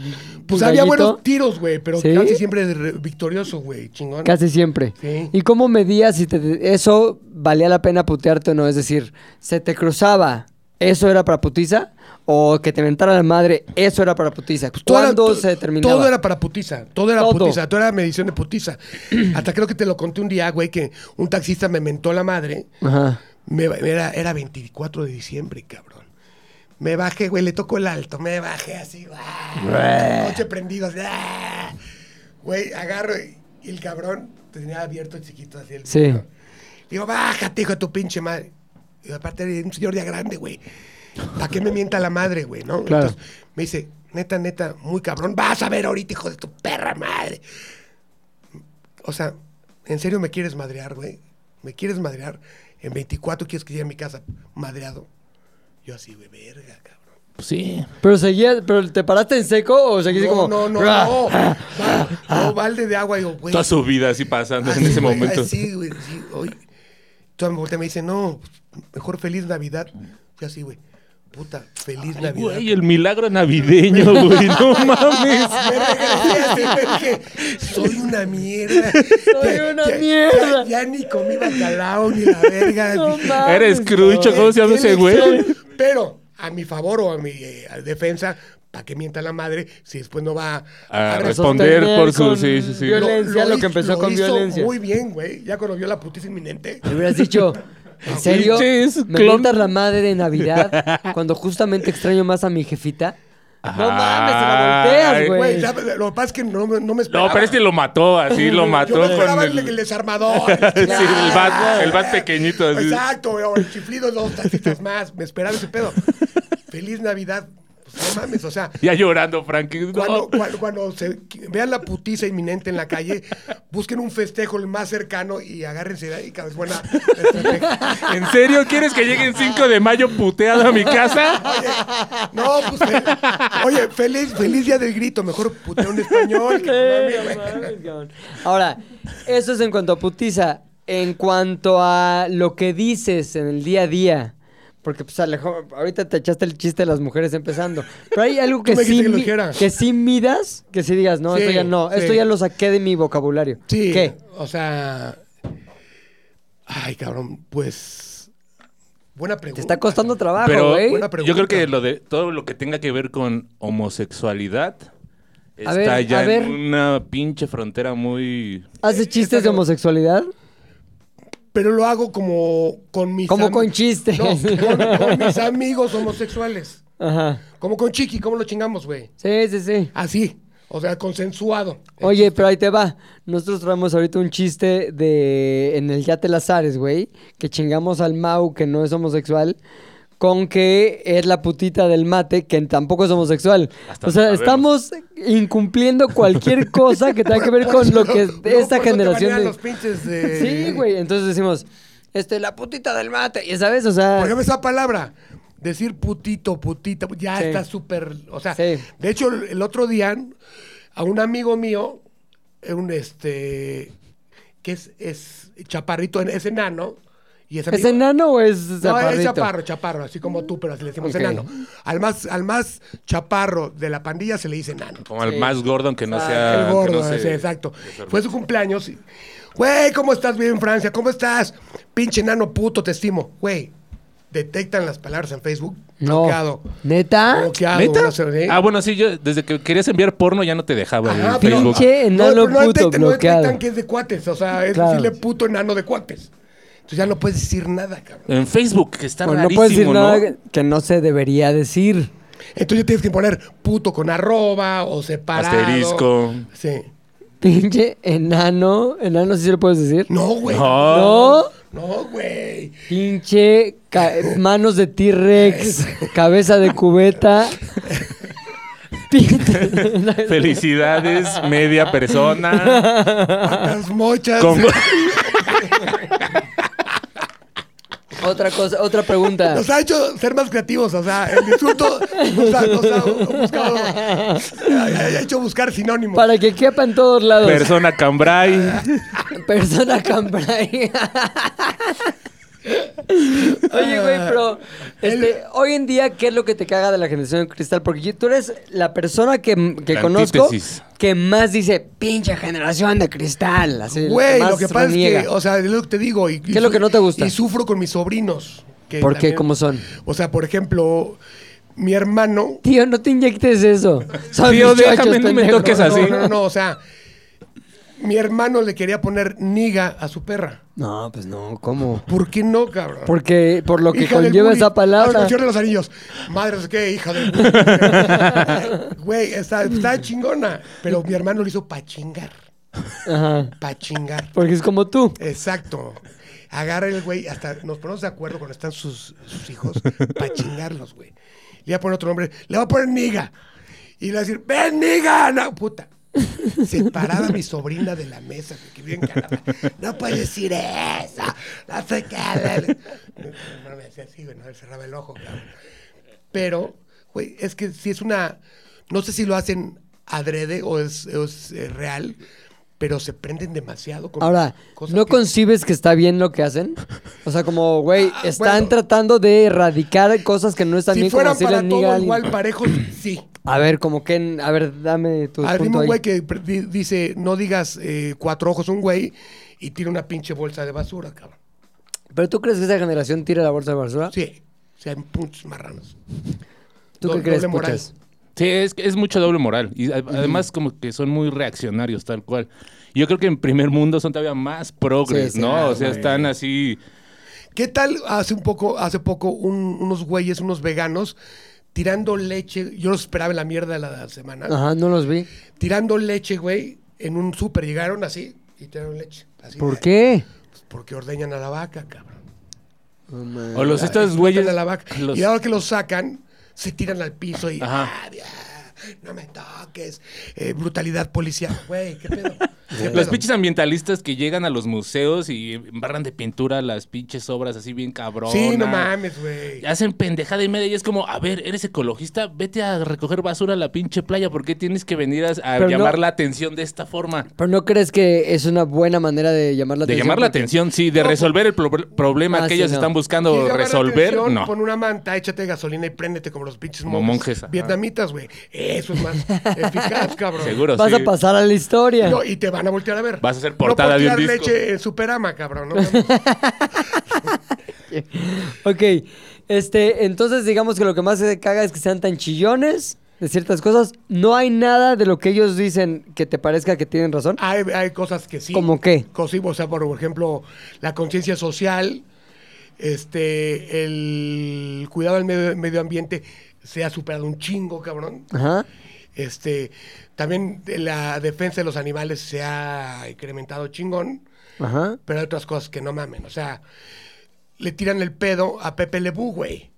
Pues había
gallito?
buenos tiros, güey, pero
¿Sí?
casi siempre re- victorioso, güey, chingón.
Casi siempre.
Sí.
¿Y cómo medías si te- eso valía la pena putearte o no? Es decir, ¿se te cruzaba? ¿Eso era para putiza? ¿O que te mentara la madre? ¿Eso era para putiza?
Todo Pues era-
¿Cuándo
to-
se terminaba?
Todo era para putiza. Todo era
Todo.
putiza. Todo era medición de putiza. Hasta creo que te lo conté un día, güey, que un taxista me mentó la madre.
Ajá.
Me ba- era, era 24 de diciembre, cabrón. Me bajé, güey, le tocó el alto. Me bajé así, ¡guau! Coche prendido, así, ¡ah! Güey, agarro y y el cabrón tenía abierto el chiquito así el.
Sí.
Digo, bájate, hijo de tu pinche madre. Y aparte era un señor ya grande, güey. ¿Para qué me mienta la madre, güey, no?
Claro.
me dice, neta, neta, muy cabrón, vas a ver ahorita, hijo de tu perra madre. O sea, ¿en serio me quieres madrear, güey? ¿Me quieres madrear? En 24 quieres que llegue a mi casa madreado. Yo así, güey, verga, cabrón.
Sí.
¿Pero seguías, pero te paraste en seco o seguiste
No,
como... "Ah,
no, no,
"Ruah"?
no. Va- No, balde de agua, digo, güey.
Toda su vida así pasando
Ah,
en
sí,
ese
güey,
momento.
ah, sí, güey, sí, hoy. Entonces me voltea y me dice, no, mejor feliz Navidad. Yo así, güey. puta, feliz
Ay,
Navidad.
Güey, el milagro navideño, güey. No mames.
Me regresé así, me dije, soy una mierda. Soy
una mierda.
Ya, ya ni comí bacalao ni la verga.
No
Dije,
mames,
Eres crucho,
güey.
¿cómo se llama
"Qué
ese güey?
lección". Pero a mi favor o a mi eh, defensa, para que mienta la madre si después no va
A
resolver
responder
sostener
por su.
con
Sí, sí, sí.
violencia. lo que empezó con
hizo
violencia.
Muy bien, güey. Ya cuando vio la putiza inminente.
Le hubieras dicho, ¿en serio?
Pinches
¿Me
clon-
mientas la madre de Navidad cuando justamente extraño más a mi jefita? No mames, se la volteas,
Ay,
Güey,
güey.
ya, lo que pasa es que no, me- no me esperaba.
No, pero es que lo mató, así lo mató
Yo me
con
esperaba el, el
el.
desarmador.
Sí, el bat, el bat pequeñito. así.
Exacto, güey, o el chiflido dos tacitas más. Me esperaba ese pedo. Feliz Navidad. Pues, no mames, o sea,
Ya llorando, Frankie. No.
cuando, cuando, cuando se vean la putiza inminente en la calle, busquen un festejo el más cercano y agárrense de ahí, cada vez buena estrategia.
¿En serio quieres que llegue el 5 de mayo puteado a mi casa?
Oye, no, pues, fe- oye, feliz, feliz día del grito. Mejor puteo en español. que no mames, güey.
Ahora, eso es en cuanto a putiza. En cuanto a lo que dices en el día a día, porque pues Alejo, ahorita te echaste el chiste de las mujeres empezando, pero hay algo que
me
sí,
dijiste que lo
mi-
dijera.
que sí midas, que sí digas, no,
Sí,
esto ya no, esto
sí.
ya lo saqué de mi vocabulario.
Sí.
¿Qué?
O sea. Ay, cabrón, pues. Buena pregunta.
Te está costando trabajo,
Pero
güey.
buena
yo creo
pregunta.
que lo de todo lo que tenga que ver con homosexualidad
A
está
ver, a
ya
ver.
en una pinche frontera muy
¿Haces chistes de homosexualidad?
Pero lo hago como con mis.
Como
am-
con chistes.
No, con, con mis amigos homosexuales.
Ajá.
Como con Chiqui, ¿cómo lo chingamos, güey?
Sí, sí, sí.
Así. O sea, consensuado.
Oye, pero ahí te va. Nosotros traemos ahorita un chiste de en el Yate Lazares, güey, que chingamos al Mau que no es homosexual con que es la putita del mate que tampoco es homosexual.
Hasta
o sea,
nos
estamos incumpliendo cualquier cosa que tenga que ver con lo que
Luego
esta
por eso pues, te
generación
banean
de-
los pinches de-
Sí, güey, entonces decimos, este la putita del mate, ya sabes, o sea,
Por ejemplo, esa palabra, decir putito, putita, ya
Sí.
está súper. O sea,
Sí.
de hecho, el el otro día, a un amigo mío, eh, un este. que es, es chaparrito, es enano. Y es,
¿es
amigo-
enano o es
No,
chaparrito?
es chaparro, chaparro, así como tú, pero así le decimos
Ok.
enano. Al más, al más chaparro de la pandilla se le dice enano.
como el más gordo aunque no sea
El
Ah, que
gordo,
no se-
ese, exacto. Fue su cumpleaños. y, Güey, ¿cómo estás bien, Francia? ¿Cómo estás? Pinche nano puto, te estimo. Güey, detectan las palabras en Facebook.
No. ¿Ah?
Bloqueado.
¿Neta?
Bloqueado.
¿Neta?
no sé, ¿eh?
Ah, bueno, sí, yo desde que querías enviar porno ya no te dejaba
Ajá,
en
pero-
Facebook.
Pinche enano
pero
puto,
detectan,
bloqueado.
No detectan que es de cuates. O sea, es
Claro.
decirle puto enano de cuates. Entonces ya no puedes decir nada, cabrón.
En Facebook, que está
Bueno, Pues no
rarísimo,
puedes decir
¿no?
nada que- que no se debería decir.
Entonces ya tienes que poner puto con arroba o separado.
Asterisco.
Sí.
Pinche enano. Enano, sí se lo puedes decir.
No, güey.
No.
No.
No, güey.
Pinche ca- manos de T-Rex. cabeza de cubeta. Pinche-
Felicidades, media persona.
Las mochas.
Con-
otra cosa, otra pregunta.
Nos ha hecho ser más creativos, o sea, el insulto nos ha, nos ha buscado, ha hecho buscar sinónimos.
Para que quepa en todos lados.
persona cambrai.
Persona cambrai. Oye, güey, pero este, hoy en día, ¿qué es lo que te caga de la generación de cristal? Porque yo- tú eres la persona que, que
La
conozco
antítesis.
que más dice, pinche generación de cristal. Así, la
Güey,
más
lo que pasa
reniega.
es que, o sea, es lo que te digo. Y,
¿Qué es lo que no te gusta?
Y sufro con mis sobrinos. que
¿Por qué?
también-
¿Cómo son?
O sea, por ejemplo, mi hermano...
Tío, no te inyectes eso. Son
Tío,
muchachos,
déjame, no me
pendejo.
toques así.
No, no, no, o sea, mi hermano le quería poner niga a su perra.
No, pues no, ¿cómo?
¿Por qué no, cabrón?
Porque por lo que
Hija del
conlleva
bullying.
esa
Hasta
palabra.
el Señor de los Anillos. Madre, es que hija del bullying. Güey, está, está chingona. Pero mi hermano lo hizo pa' chingar.
Ajá.
Pa' chingar.
Porque es como tú.
Exacto. Agarra el güey, hasta nos ponemos de acuerdo cuando están sus, sus hijos pa' chingarlos, güey. Le va a poner otro nombre. Le va a poner niga. Y le va a decir, ven, niga. No, puta. Se paraba mi sobrina de la mesa, güey, que vive en Canadá. No puedes decir eso. No sé qué. No, no, no me hacía así, güey. No, él cerraba el ojo, cabrón. Pero, güey, es que si es una. No sé si lo hacen adrede o es, o es, eh, real, pero se prenden demasiado con
Ahora,
cosas
¿no
que-
concibes que está bien lo que hacen? O sea, como, güey,
Ah,
están
bueno.
tratando de erradicar cosas que no están
Si
bien como
fueran
decirle
para
niga a
todo
alguien.
igual parejos, sí.
A ver, como que, a ver, dame tu
Hay
Pues, punto
un
ahí.
güey que pre- di- dice, no digas eh, cuatro ojos a un güey y tira una pinche bolsa de basura, cabrón.
¿Pero tú crees que esa generación tira la bolsa de basura?
Sí, sí, hay puntos marranos.
¿Tú qué
Doble
crees,
moral.
puchas?
Sí, es, que es mucho doble moral. Y a- además, como que son muy reaccionarios, tal cual. Yo creo que en primer mundo son todavía más progres,
Sí, sí,
¿no?
ah,
o sea, están así.
¿Qué tal hace un poco, hace poco, un- unos güeyes, unos veganos, tirando leche? Yo los esperaba en la mierda de la semana.
Ajá, no los vi.
Tirando leche, güey, en un súper. Llegaron así y tiraron leche. Así
¿Por
de-
qué?
Pues porque ordeñan a la vaca, cabrón.
O los estos
Disfrutan
güeyes.
a Ah, la vaca.
los-
Y ahora que los sacan, se tiran al piso y.
Ajá.
"Ah, ya, no me toques. eh, brutalidad policial. Güey, ¿qué pedo? ¿Qué
Los
pedo?
pinches ambientalistas que llegan a los museos y barran de pintura las pinches obras así bien cabrón.
Sí, no mames, güey.
Hacen pendejada y media y es como, a ver, eres ecologista, vete a recoger basura a la pinche playa. ¿Por qué tienes que venir a, a
Pero
llamar
no-
la atención de esta forma?
¿Pero no crees que es una buena manera de llamar la
De
atención?
llamar la
Porque- pues,
atención, sí, de resolver el pro- problema
Ah,
que
sí,
ellos
no.
están
Si
buscando
llama la
resolver.
atención,
no.
Pon una manta, échate gasolina y préndete como los pinches
Como
monjes,
monjes, ajá.
vietnamitas, güey. Eso es más eficaz, cabrón.
Seguro,
Vas
sí.
a pasar a la historia.
No, y te van a voltear a ver.
Vas a ser portada
no por
de un
tirar
disco.
leche en Superama, cabrón. ¿no?
Ok, este, entonces digamos que lo que más se caga es que sean tan chillones de ciertas cosas. No hay nada de lo que ellos dicen que te parezca que tienen razón.
hay, hay cosas que sí.
¿Cómo qué?
Cosas, o sea, por ejemplo, la conciencia social, este, el cuidado del medio, medio ambiente se ha superado un chingo, cabrón.
Ajá.
Este, también de la defensa de los animales se ha incrementado chingón,
Ajá.
pero hay otras cosas que no mamen. O sea, le tiran el pedo a Pepe Lebú, güey.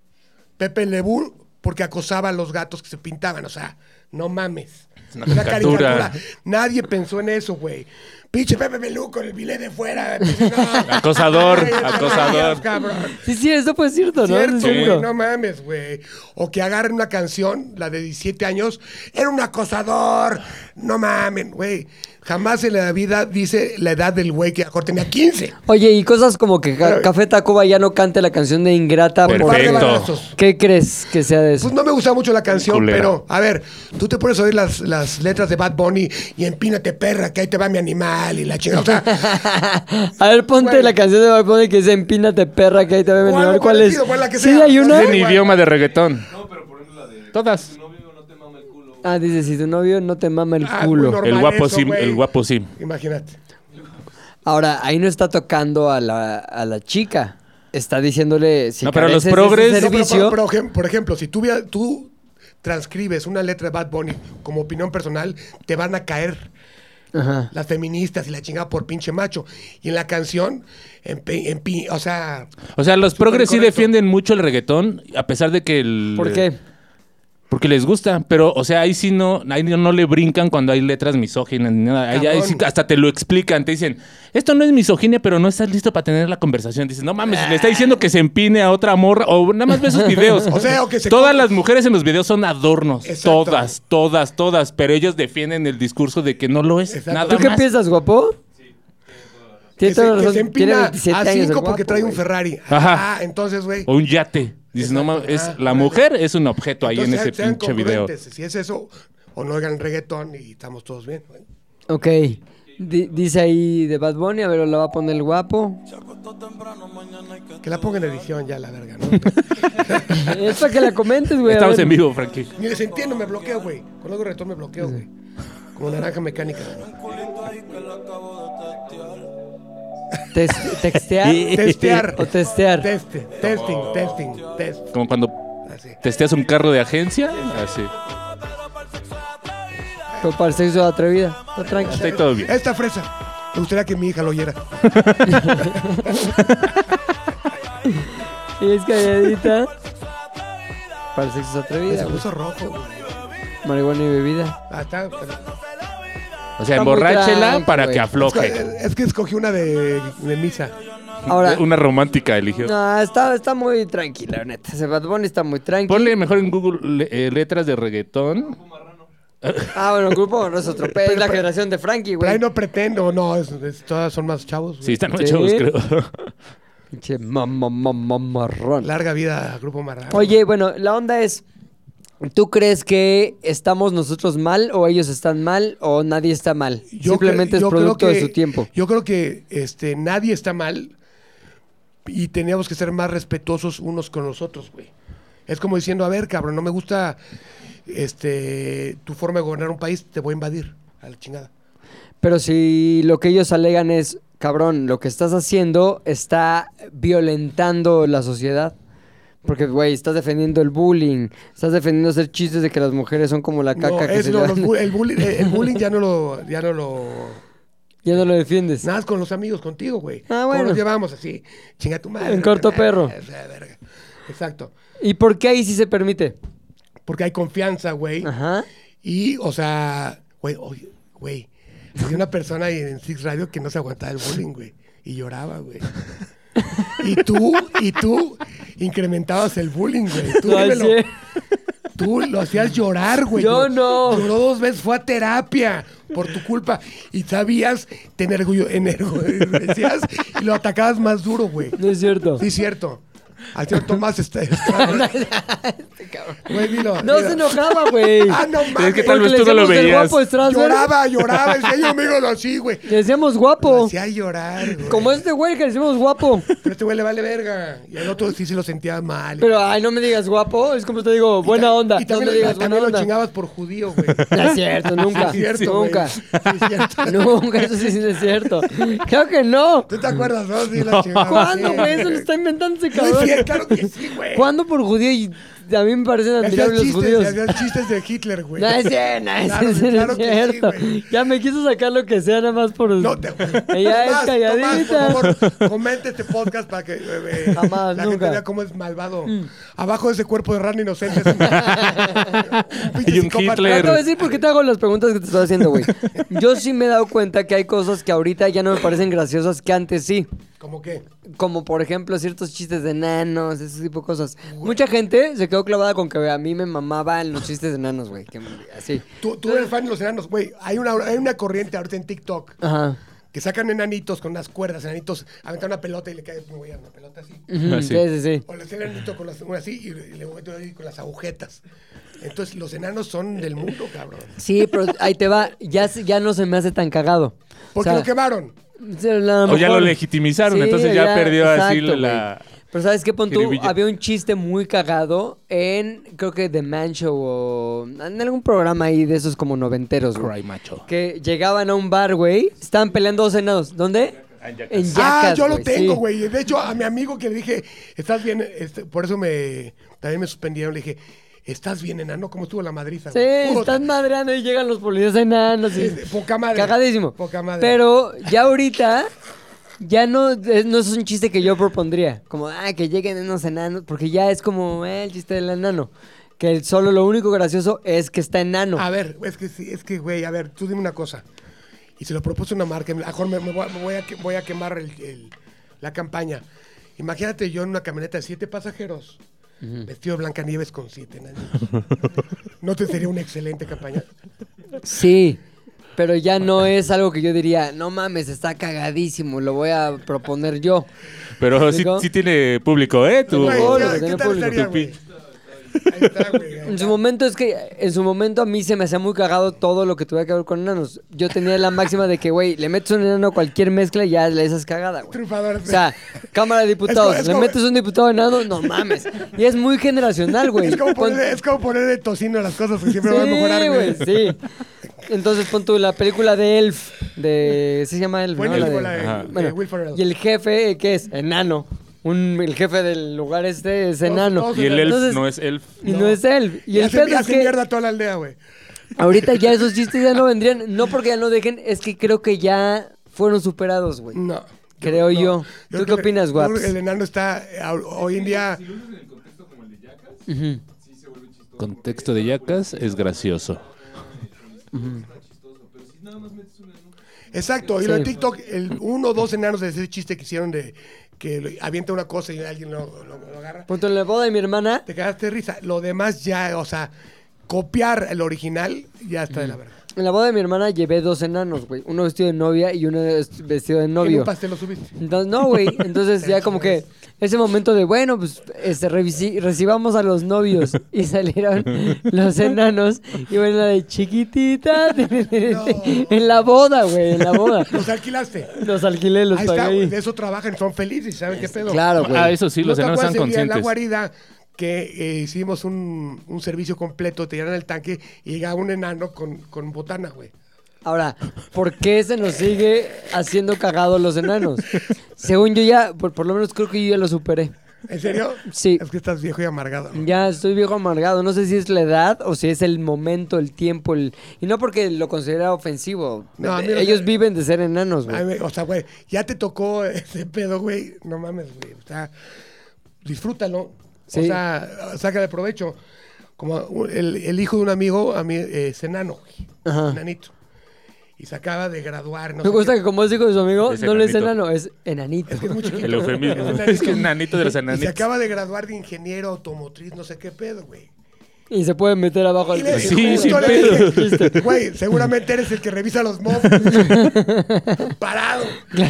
Pepe Lebú porque acosaba a los gatos que se pintaban, o sea, no mames. Es
una caricatura.
Nadie pensó en eso, güey. Pinche Pepe Pelú con el bilé de fuera. pinche, no.
Acosador,
Ay, no,
acosador.
cabrón.
Sí, sí, eso fue cierto, ¿no? Eso
Cierto,
es
güey,
cierto.
no mames, güey. O que agarren una canción, la de 17 años, era un acosador. No mamen, güey. Jamás en la vida dice la edad del güey que mejor tenía 15.
Oye, y cosas como que Ca-
Pero-
Café Tacuba ya no cante la canción de Ingrata.
Un par de
Perfecto.
balazos.
¿Qué crees que sea de eso?
Pues no me gusta mucho la canción,
Culera.
pero a ver, tú te pones a oír las, las letras de Bad Bunny y empínate perra, que ahí te va mi animal y la chingada. O sea,
A ver, ponte
Pues, güey.
la canción de Bad Bunny que dice Empínate perra que ahí te va a venir.
O
¿Cuál,
algo
¿Cuál es?
parecido, pues, la que
sí,
sea.
hay una.
Sí,
En
güey.
idioma de reggaetón. No, pero por la de. Todas.
Ah, dice, si tu novio no te mama el
Ah,
culo.
muy normal
El guapo
eso,
Pues sí,
güey.
el guapo sí.
Imagínate.
Ahora, ahí no está tocando a la, a la chica. Está diciéndole si
No, pero los
careces de ese
No,
progres- No,
pero,
servicio.
pero, pero, por ejemplo, si tú, via- tú transcribes una letra de Bad Bunny como opinión personal, te van a caer
Ajá.
las feministas y la chingada por pinche macho. Y en la canción, en, pi- en pi- o sea,
O sea, los progres sí
correcto.
defienden mucho el reggaetón, a pesar de que el.
¿Por qué?
Porque les gusta, pero, o sea, ahí sí no, ahí no no le brincan cuando hay letras misóginas ni nada. Ahí, ahí sí
Cabrón.
hasta te lo explican, te dicen, esto no es misoginia, pero no estás listo para tener la conversación. Dices, no mames, le está diciendo que se empine a otra morra, o nada más ve sus videos.
Ah. O sea, o que se
Todas
come-
las mujeres en los videos son adornos.
Exacto.
Todas, todas, todas. Pero ellos defienden el discurso de que no lo es.
Exacto.
Nada
¿Tú qué
más.
piensas, guapo?
que
Tiene
se,
toda la
que
razón.
se
Tiene
empina
27
a
años el
cinco porque
guapo,
trae un
güey.
Ferrari.
Ajá.
Ah, entonces, güey.
O un yate. Dices, no
Exacto.
mames, es,
Ah,
la
órale.
mujer es un objeto ahí en
Entonces,
ese
sean
pinche video.
congruentes. Si es eso, o no hagan reggaetón y estamos todos bien. güey.
Ok. Di- dice ahí de Bad Bunny, a ver, la va a poner el guapo.
Que la pongan en edición ya, la verga. ¿no?
Es para que la comentes, güey. a
Estamos
ver.
en vivo, Frankie.
Ni les entiendo, me bloqueo, güey. Con algo de reggaetón me bloqueo, güey. Como naranja mecánica.
Tes- textear.
Testear.
O testear.
Teste, testing, testing, test.
Como cuando
Así.
testeas un carro de agencia. Así.
Topar sexo atrevida. Está tranqui.
Está ahí todo bien.
Esta fresa. Me gustaría que mi hija lo oyera.
Y es calladita. Para sexo atrevida.
Se
güey.
puso rojo, güey.
Marihuana y bebida.
Ah, está-
O sea,
Está muy
emborráchela
tranqui,
para
güey.
que afloje.
Es que escogí una de, de misa.
Ahora.
Una romántica eligió.
No, está, está muy tranquila, neta. Ese Bad Bunny está muy tranquilo.
Ponle mejor en Google le- eh, letras de reggaetón.
Ah, bueno, grupo no es otro pe- es la generación de Frankie,
Pero ahí
güey.
no pretendo, no, es- es- todas son más chavos. güey.
Sí, están muy
Sí.
chavos, creo.
Pinche mamá, mamá, marrón.
Larga vida a Grupo Marrano.
Oye, bueno, la onda es, ¿tú crees que estamos nosotros mal o ellos están mal o nadie está mal?
Yo
Simplemente
cre- yo
es
creo
producto de
que-
su tiempo.
Yo creo que este, nadie está mal y teníamos que ser más respetuosos unos con los otros, güey. Es como diciendo, a ver, cabrón, no me gusta este, tu forma de gobernar un país, te voy a invadir. A la chingada.
Pero si lo que ellos alegan es, cabrón, lo que estás haciendo está violentando la sociedad. Porque, güey, estás defendiendo el bullying, estás defendiendo hacer chistes de que las mujeres son como la caca
No,
que
es
se
lo-
le
los
dan.
bu- el, bullying, el bullying ya no lo... Ya no lo
Ya no lo defiendes.
Nada más con los amigos, contigo, güey.
Ah,
¿Cómo
bueno.
nos llevamos así? Chinga tu madre.
En corto
Ah,
perro.
esa verga. Exacto.
¿Y por qué ahí sí se permite?
Porque hay confianza, güey.
Ajá.
Y, o sea, güey, oye, güey. Había una persona ahí en Six Radio que no se aguantaba el bullying, güey. Y lloraba, güey. Y tú, y tú incrementabas el bullying, güey. Tú,
Lo
dímelo.
hacía.
Tú lo hacías llorar, güey.
Yo
Lloró-
no.
Lloró dos veces, fue a terapia por tu culpa. Y sabías, te energullo- enorgullecías y lo atacabas más duro, güey.
No es cierto.
Sí, cierto. Al señor Tomás está. está- Güey, dilo,
este No
dilo.
se enojaba, güey.
Ah, no mames.
Es que tal
Porque
vez
le
tú no lo
decíamos el
veías.
guapo de Strasberg.
Lloraba, lloraba. El señor amigo lo así, güey.
Le decíamos
Lo
guapo.
hacía llorar, güey.
Como este güey que le decimos guapo.
Pero este güey le vale verga. Y al otro sí se lo sentía mal.
Pero, ay, no me digas guapo. Es como te digo,
Y ta-
buena onda.
Y
No
también,
me digas buena
también lo
onda.
chingabas por judío, güey.
No es cierto, nunca.
Sí, es cierto,
nunca.
güey. Sí, es cierto.
Nunca, eso sí, sí es cierto. Claro que no.
¿Tú te acuerdas, no? Sí, lo chingabas.
¿Cuándo,
sí.
güey? Eso lo está inventando ese
No es
cabrón.
cierto, claro que sí, güey.
¿Cuándo por judío? Y a mí me parecen
Hacías
admirables los
chistes,
judíos.
hacías chistes de Hitler, güey.
No es cierto, no es
Claro,
cierto,
claro
no
que
es
sí,
cierto.
güey.
ya me quiso sacar lo que sea nada más por...
No te.
Ella es
Tomás,
calladita.
Tomás, por favor, comenta este podcast para que eh, eh,
Jamás,
la
nunca.
gente vea cómo es malvado. Abajo de ese cuerpo de rana inocente. es un- un pinche
Hay un
psicópata.
Hitler.
No te voy a decir por qué te hago las preguntas que te estoy haciendo, güey. Yo sí me he dado cuenta que hay cosas que ahorita ya no me parecen graciosas que antes sí.
¿Cómo qué?
Como por ejemplo ciertos chistes de enanos, ese tipo de cosas. Mucha gente se quedó clavada con que a mí me mamaban los chistes de enanos, güey. que me- Así.
Tú, tú eres fan de los enanos, güey. Hay una, hay una corriente ahorita en TikTok
Ajá.
que sacan enanitos con unas cuerdas, enanitos, aventan una pelota y le cae güey, a una pelota así.
Ujú,
Ah,
sí,
sí.
sí, sí.
O le hacen enanito con las, una así y le le meten ahí con las agujetas. Entonces, los enanos son del mundo, cabrón.
Sí, pero ahí te va. Ya, se- ya no se me hace tan cagado. O
Porque
sea,
lo quemaron.
Sí, a lo
O ya
mejor.
lo legitimizaron,
Sí,
entonces ya, perdió así
exacto,
la...
güey. Pero ¿sabes qué? Pon tú,
jiribilla.
había un chiste muy cagado en, creo que The Man Show o en algún programa ahí de esos como noventeros, güey.
Cry macho.
Que llegaban a un bar, güey, estaban peleando dos enanos. ¿Dónde? En Yacas,
ah, yo lo
güey,
tengo,
sí.
güey. De hecho, a mi amigo que le dije, estás bien, este, por eso me también me suspendieron, le dije, estás bien, enano, ¿cómo estuvo la madriza?
Sí,
güey? Puta,
están madreando y llegan los policías enanos. y-
este, Poca madre.
Cagadísimo.
Poca madre.
Pero ya ahorita, ya no, es- no es un chiste que yo propondría. Como, ah, que lleguen unos enanos, porque ya es como eh, el chiste del enano. Que el solo lo único gracioso es que está enano.
A ver, es que sí, es que, güey, a ver, tú dime una cosa. Y se lo propuse una marca, a lo mejor me, me voy, a- me voy a, que- voy a quemar el- el- la campaña. Imagínate yo en una camioneta de siete pasajeros, vestido de Blancanieves con siete enanitos. ¿No te sería una excelente campaña?
Sí. Pero ya no es algo que yo diría, no mames, está cagadísimo, lo voy a proponer yo.
Pero sí,
¿Digo?
sí tiene público, ¿eh? Tu-
Güey,
favor,
ya,
porque
¿Qué
no
tal
público.
estaría, güey? Ahí está, güey. ahí
En su
está.
momento es que, en su momento a mí se me hacía muy cagado todo lo que tuviera que ver con enanos. Yo tenía la máxima de que, güey, le metes un enano a cualquier mezcla y ya le haces cagada, güey.
Triunfadores.
O sea, Cámara de Diputados,
Es co- es
le
como-
metes un diputado enano, no mames. Y es muy generacional, güey.
Es como,
Pon-
poner, es como poner de tocino a las cosas que siempre van a mejorar,
Sí,
güey.
güey, sí. Entonces pon tú la película de Elf, de... ¿sí se llama Elf? no?
Buenísimo la
de-
de,
Ajá.
de
Bueno,
Will Ferrell.
y el jefe, eh, ¿qué es? Enano. Un, el jefe del lugar este es
Todos-
enano.
todos
Y el elf
Entonces-
no es elf.
Y no, es Elf. Y,
Y
el
hace,
pedo es
hace
que...
mierda a toda la aldea, güey.
Ahorita ya esos chistes ya no vendrían. No porque ya no dejen, es que creo que ya fueron superados, güey.
No.
Creo
Mm, No.
yo. ¿Tú
creo
qué
que-
opinas,
yo creo
Guaps?
que El enano está eh, ahor- hoy en día.
Ujú.
Contexto de yacas es gracioso.
Exacto. Y lo de
Sí.
TikTok, el uno o dos enanos de ese chiste que hicieron de que lo- avienta una cosa y alguien lo, lo- lo agarra.
Punto en la boda de mi hermana.
Te cagaste de risa. Lo demás ya, o sea, copiar el original ya está de la verga.
En la boda de mi hermana llevé dos enanos, güey. Uno vestido de novia y uno est- vestido de
En
novio.
un pastel lo subiste.
Entonces, no, güey. Entonces ya como que ese momento de, bueno, pues este, revisi- recibamos a los novios y salieron los enanos y bueno, la de chiquitita en la boda, güey, en la boda.
Los alquilaste.
Los alquilé, los
Ahí
pagué.
está,
ahí.
güey, de eso trabajan, son felices, ¿saben qué pedo?
Claro, güey.
Ah, eso sí, los
¿No te
enanos
acuerdas
están
el día en la
conscientes.
guarida que eh, hicimos un, un servicio completo, te llenan el tanque y llegaba un enano con, con botana, güey.
Ahora, ¿por qué se nos sigue haciendo cagados los enanos? Según yo ya, por, por lo menos creo que yo ya lo superé.
¿En serio?
Sí.
Es que estás viejo y amargado. ¿no?
Ya estoy viejo amargado. No sé si es la edad o si es el momento, el tiempo. El... Y no porque lo considera ofensivo.
No, a mí no
Ellos
me-
viven de ser enanos,
A
güey.
mí, o sea, güey, ya te tocó ese pedo, güey. No mames, güey. O sea, disfrútalo.
Sí.
O sea, sácale provecho. Como un- el, el hijo de un amigo, a mí, eh, es enano, güey.
Ajá.
Enanito. Y se acaba de graduar. No
Me
sé
gusta
qué.
que como es hijo de su amigo,
Es
no le es
enanito.
enano, es enanito.
Es que es muy chiquito.
El eufemismo.
Es
es que es nanito de los
Y se
enanitos.
acaba de graduar de ingeniero automotriz, no sé qué pedo, güey.
Y se puede meter abajo
Y
al
le-
Sí,
y justo
sin
le
pedo.
dije, Güey, seguramente eres el que revisa los mobs. Parado.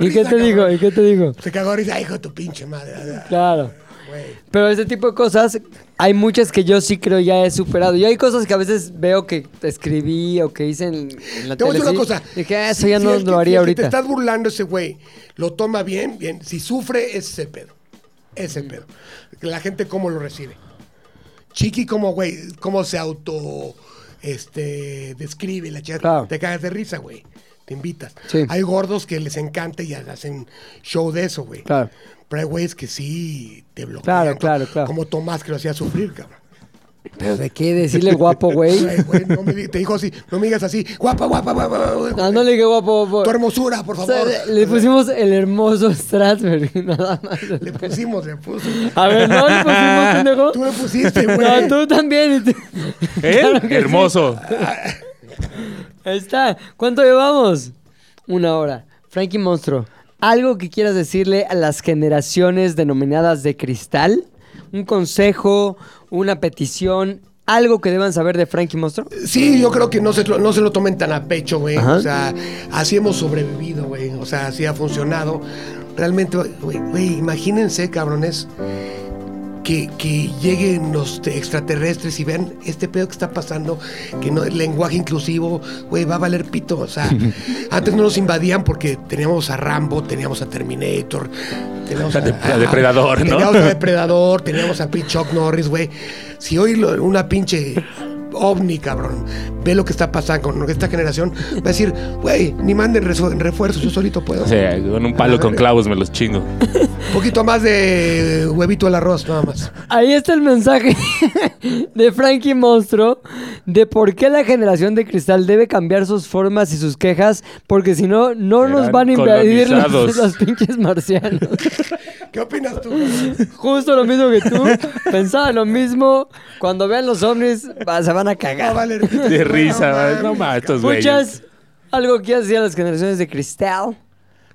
¿Y qué te digo? ¿Y qué te digo?
Se cagó de risa, hijo de tu pinche madre.
Claro.
Güey.
Pero ese tipo de cosas, hay muchas que yo sí creo ya he superado. Yo hay cosas que a veces veo que escribí o que hice en, en la
Te voy a
tele,
decir una
sí.
cosa.
Dije, ah, eso
Si-
ya
si
no
el que-
lo
si
haría
el que Te
ahorita.
estás burlando ese güey. Lo toma bien, bien. Si sufre, ese es el pedo.
Mm.
Ese es el pedo. La gente cómo lo recibe. Chiqui como, güey, cómo se auto este describe la chica.
Claro.
Te cagas de risa, güey. Te invitas.
Sí.
Hay gordos que les encanta y hacen show de eso, güey.
Claro.
Pero hay güeyes que sí te bloquean.
Claro, claro, claro.
Como Tomás que lo hacía sufrir, cabrón.
Pero de qué decirle guapo, güey.
Güey, güey, no me di- te dijo así, no me digas así, guapa, guapa, guapa, guapa,
Ah, No, no le dije guapo, guapo.
tu hermosura, por
O sea,
favor.
le- le pusimos el hermoso Strasberg, nada más.
Le pusimos, le puso.
A ver, ¿no le pusimos, pendejo?
Tú le pusiste, güey.
¿Ah? No, tú también. y tú-
¿Eh?
Claro que sí.
Hermoso.
Ahí está. ¿Cuánto llevamos? Una hora. Frankie Monstruo, ¿algo que quieras decirle a las generaciones denominadas de cristal? ¿Un consejo? ¿Una petición? ¿Algo que deban saber de Frankie Monstruo?
Sí, yo creo que no se, lo- no se lo tomen tan a pecho, güey.
Ajá.
O sea, así hemos sobrevivido, güey. O sea, así ha funcionado. Realmente, güey, güey, imagínense, cabrones, que, que lleguen los te- extraterrestres y vean este pedo que está pasando, que no el lenguaje inclusivo, güey, va a valer pito. O sea, antes no nos invadían porque teníamos a Rambo, teníamos a Terminator, teníamos a,
de- a Depredador, ¿no?
Teníamos a Depredador, teníamos a pinche Chuck Norris, güey. Si hoy lo- una pinche ovni, cabrón, ve lo que está pasando con esta generación, va a decir, güey, ni manden resu- refuerzos, yo solito puedo.
O sea, con un palo con clavos me los chingo.
Un poquito más de huevito al arroz, nada más.
Ahí está el mensaje de Frankie Monstruo de por qué la generación de cristal debe cambiar sus formas y sus quejas, porque si no, no nos
Serán
van a invadir los,
colonizados.
los pinches marcianos.
¿Qué opinas tú?
Justo lo mismo que tú, pensaba lo mismo. Cuando vean los ovnis, va- se van a
Va a
cagar.
valer pito,
De
güey,
risa,
Ah, mames,
¿verdad? no mames, estos güeyes.
Muchas, algo que hacían las generaciones de cristal.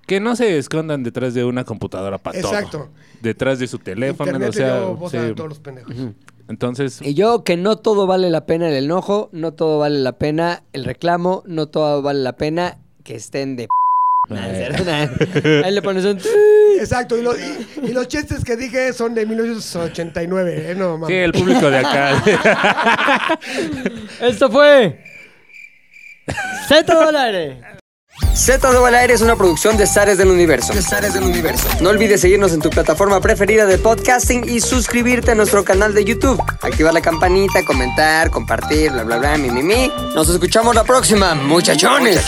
Que no se escondan detrás de una computadora para todo.
Exacto.
Detrás de su teléfono,
Internet
o
le dio
sea.
voz a
sí.
todos los pendejos.
Entonces,
Y yo que no todo vale la pena el enojo, no todo vale la pena el reclamo, no todo vale la pena que estén de... p- Nah, es cierto, nah. Ahí le pones un...
Exacto, y, lo- y- y los chistes que dije son de 1989, ¿eh? No
sí,
mames.
el público de acá.
Esto fue... Z al aire.
Z2 al aire es una producción de Zares del Universo. del Universo. No olvides seguirnos en tu plataforma preferida de podcasting y suscribirte a nuestro canal de YouTube. Activar la campanita, comentar, compartir, bla, bla, bla, mi, mi, mi. Nos escuchamos la próxima, muchachones.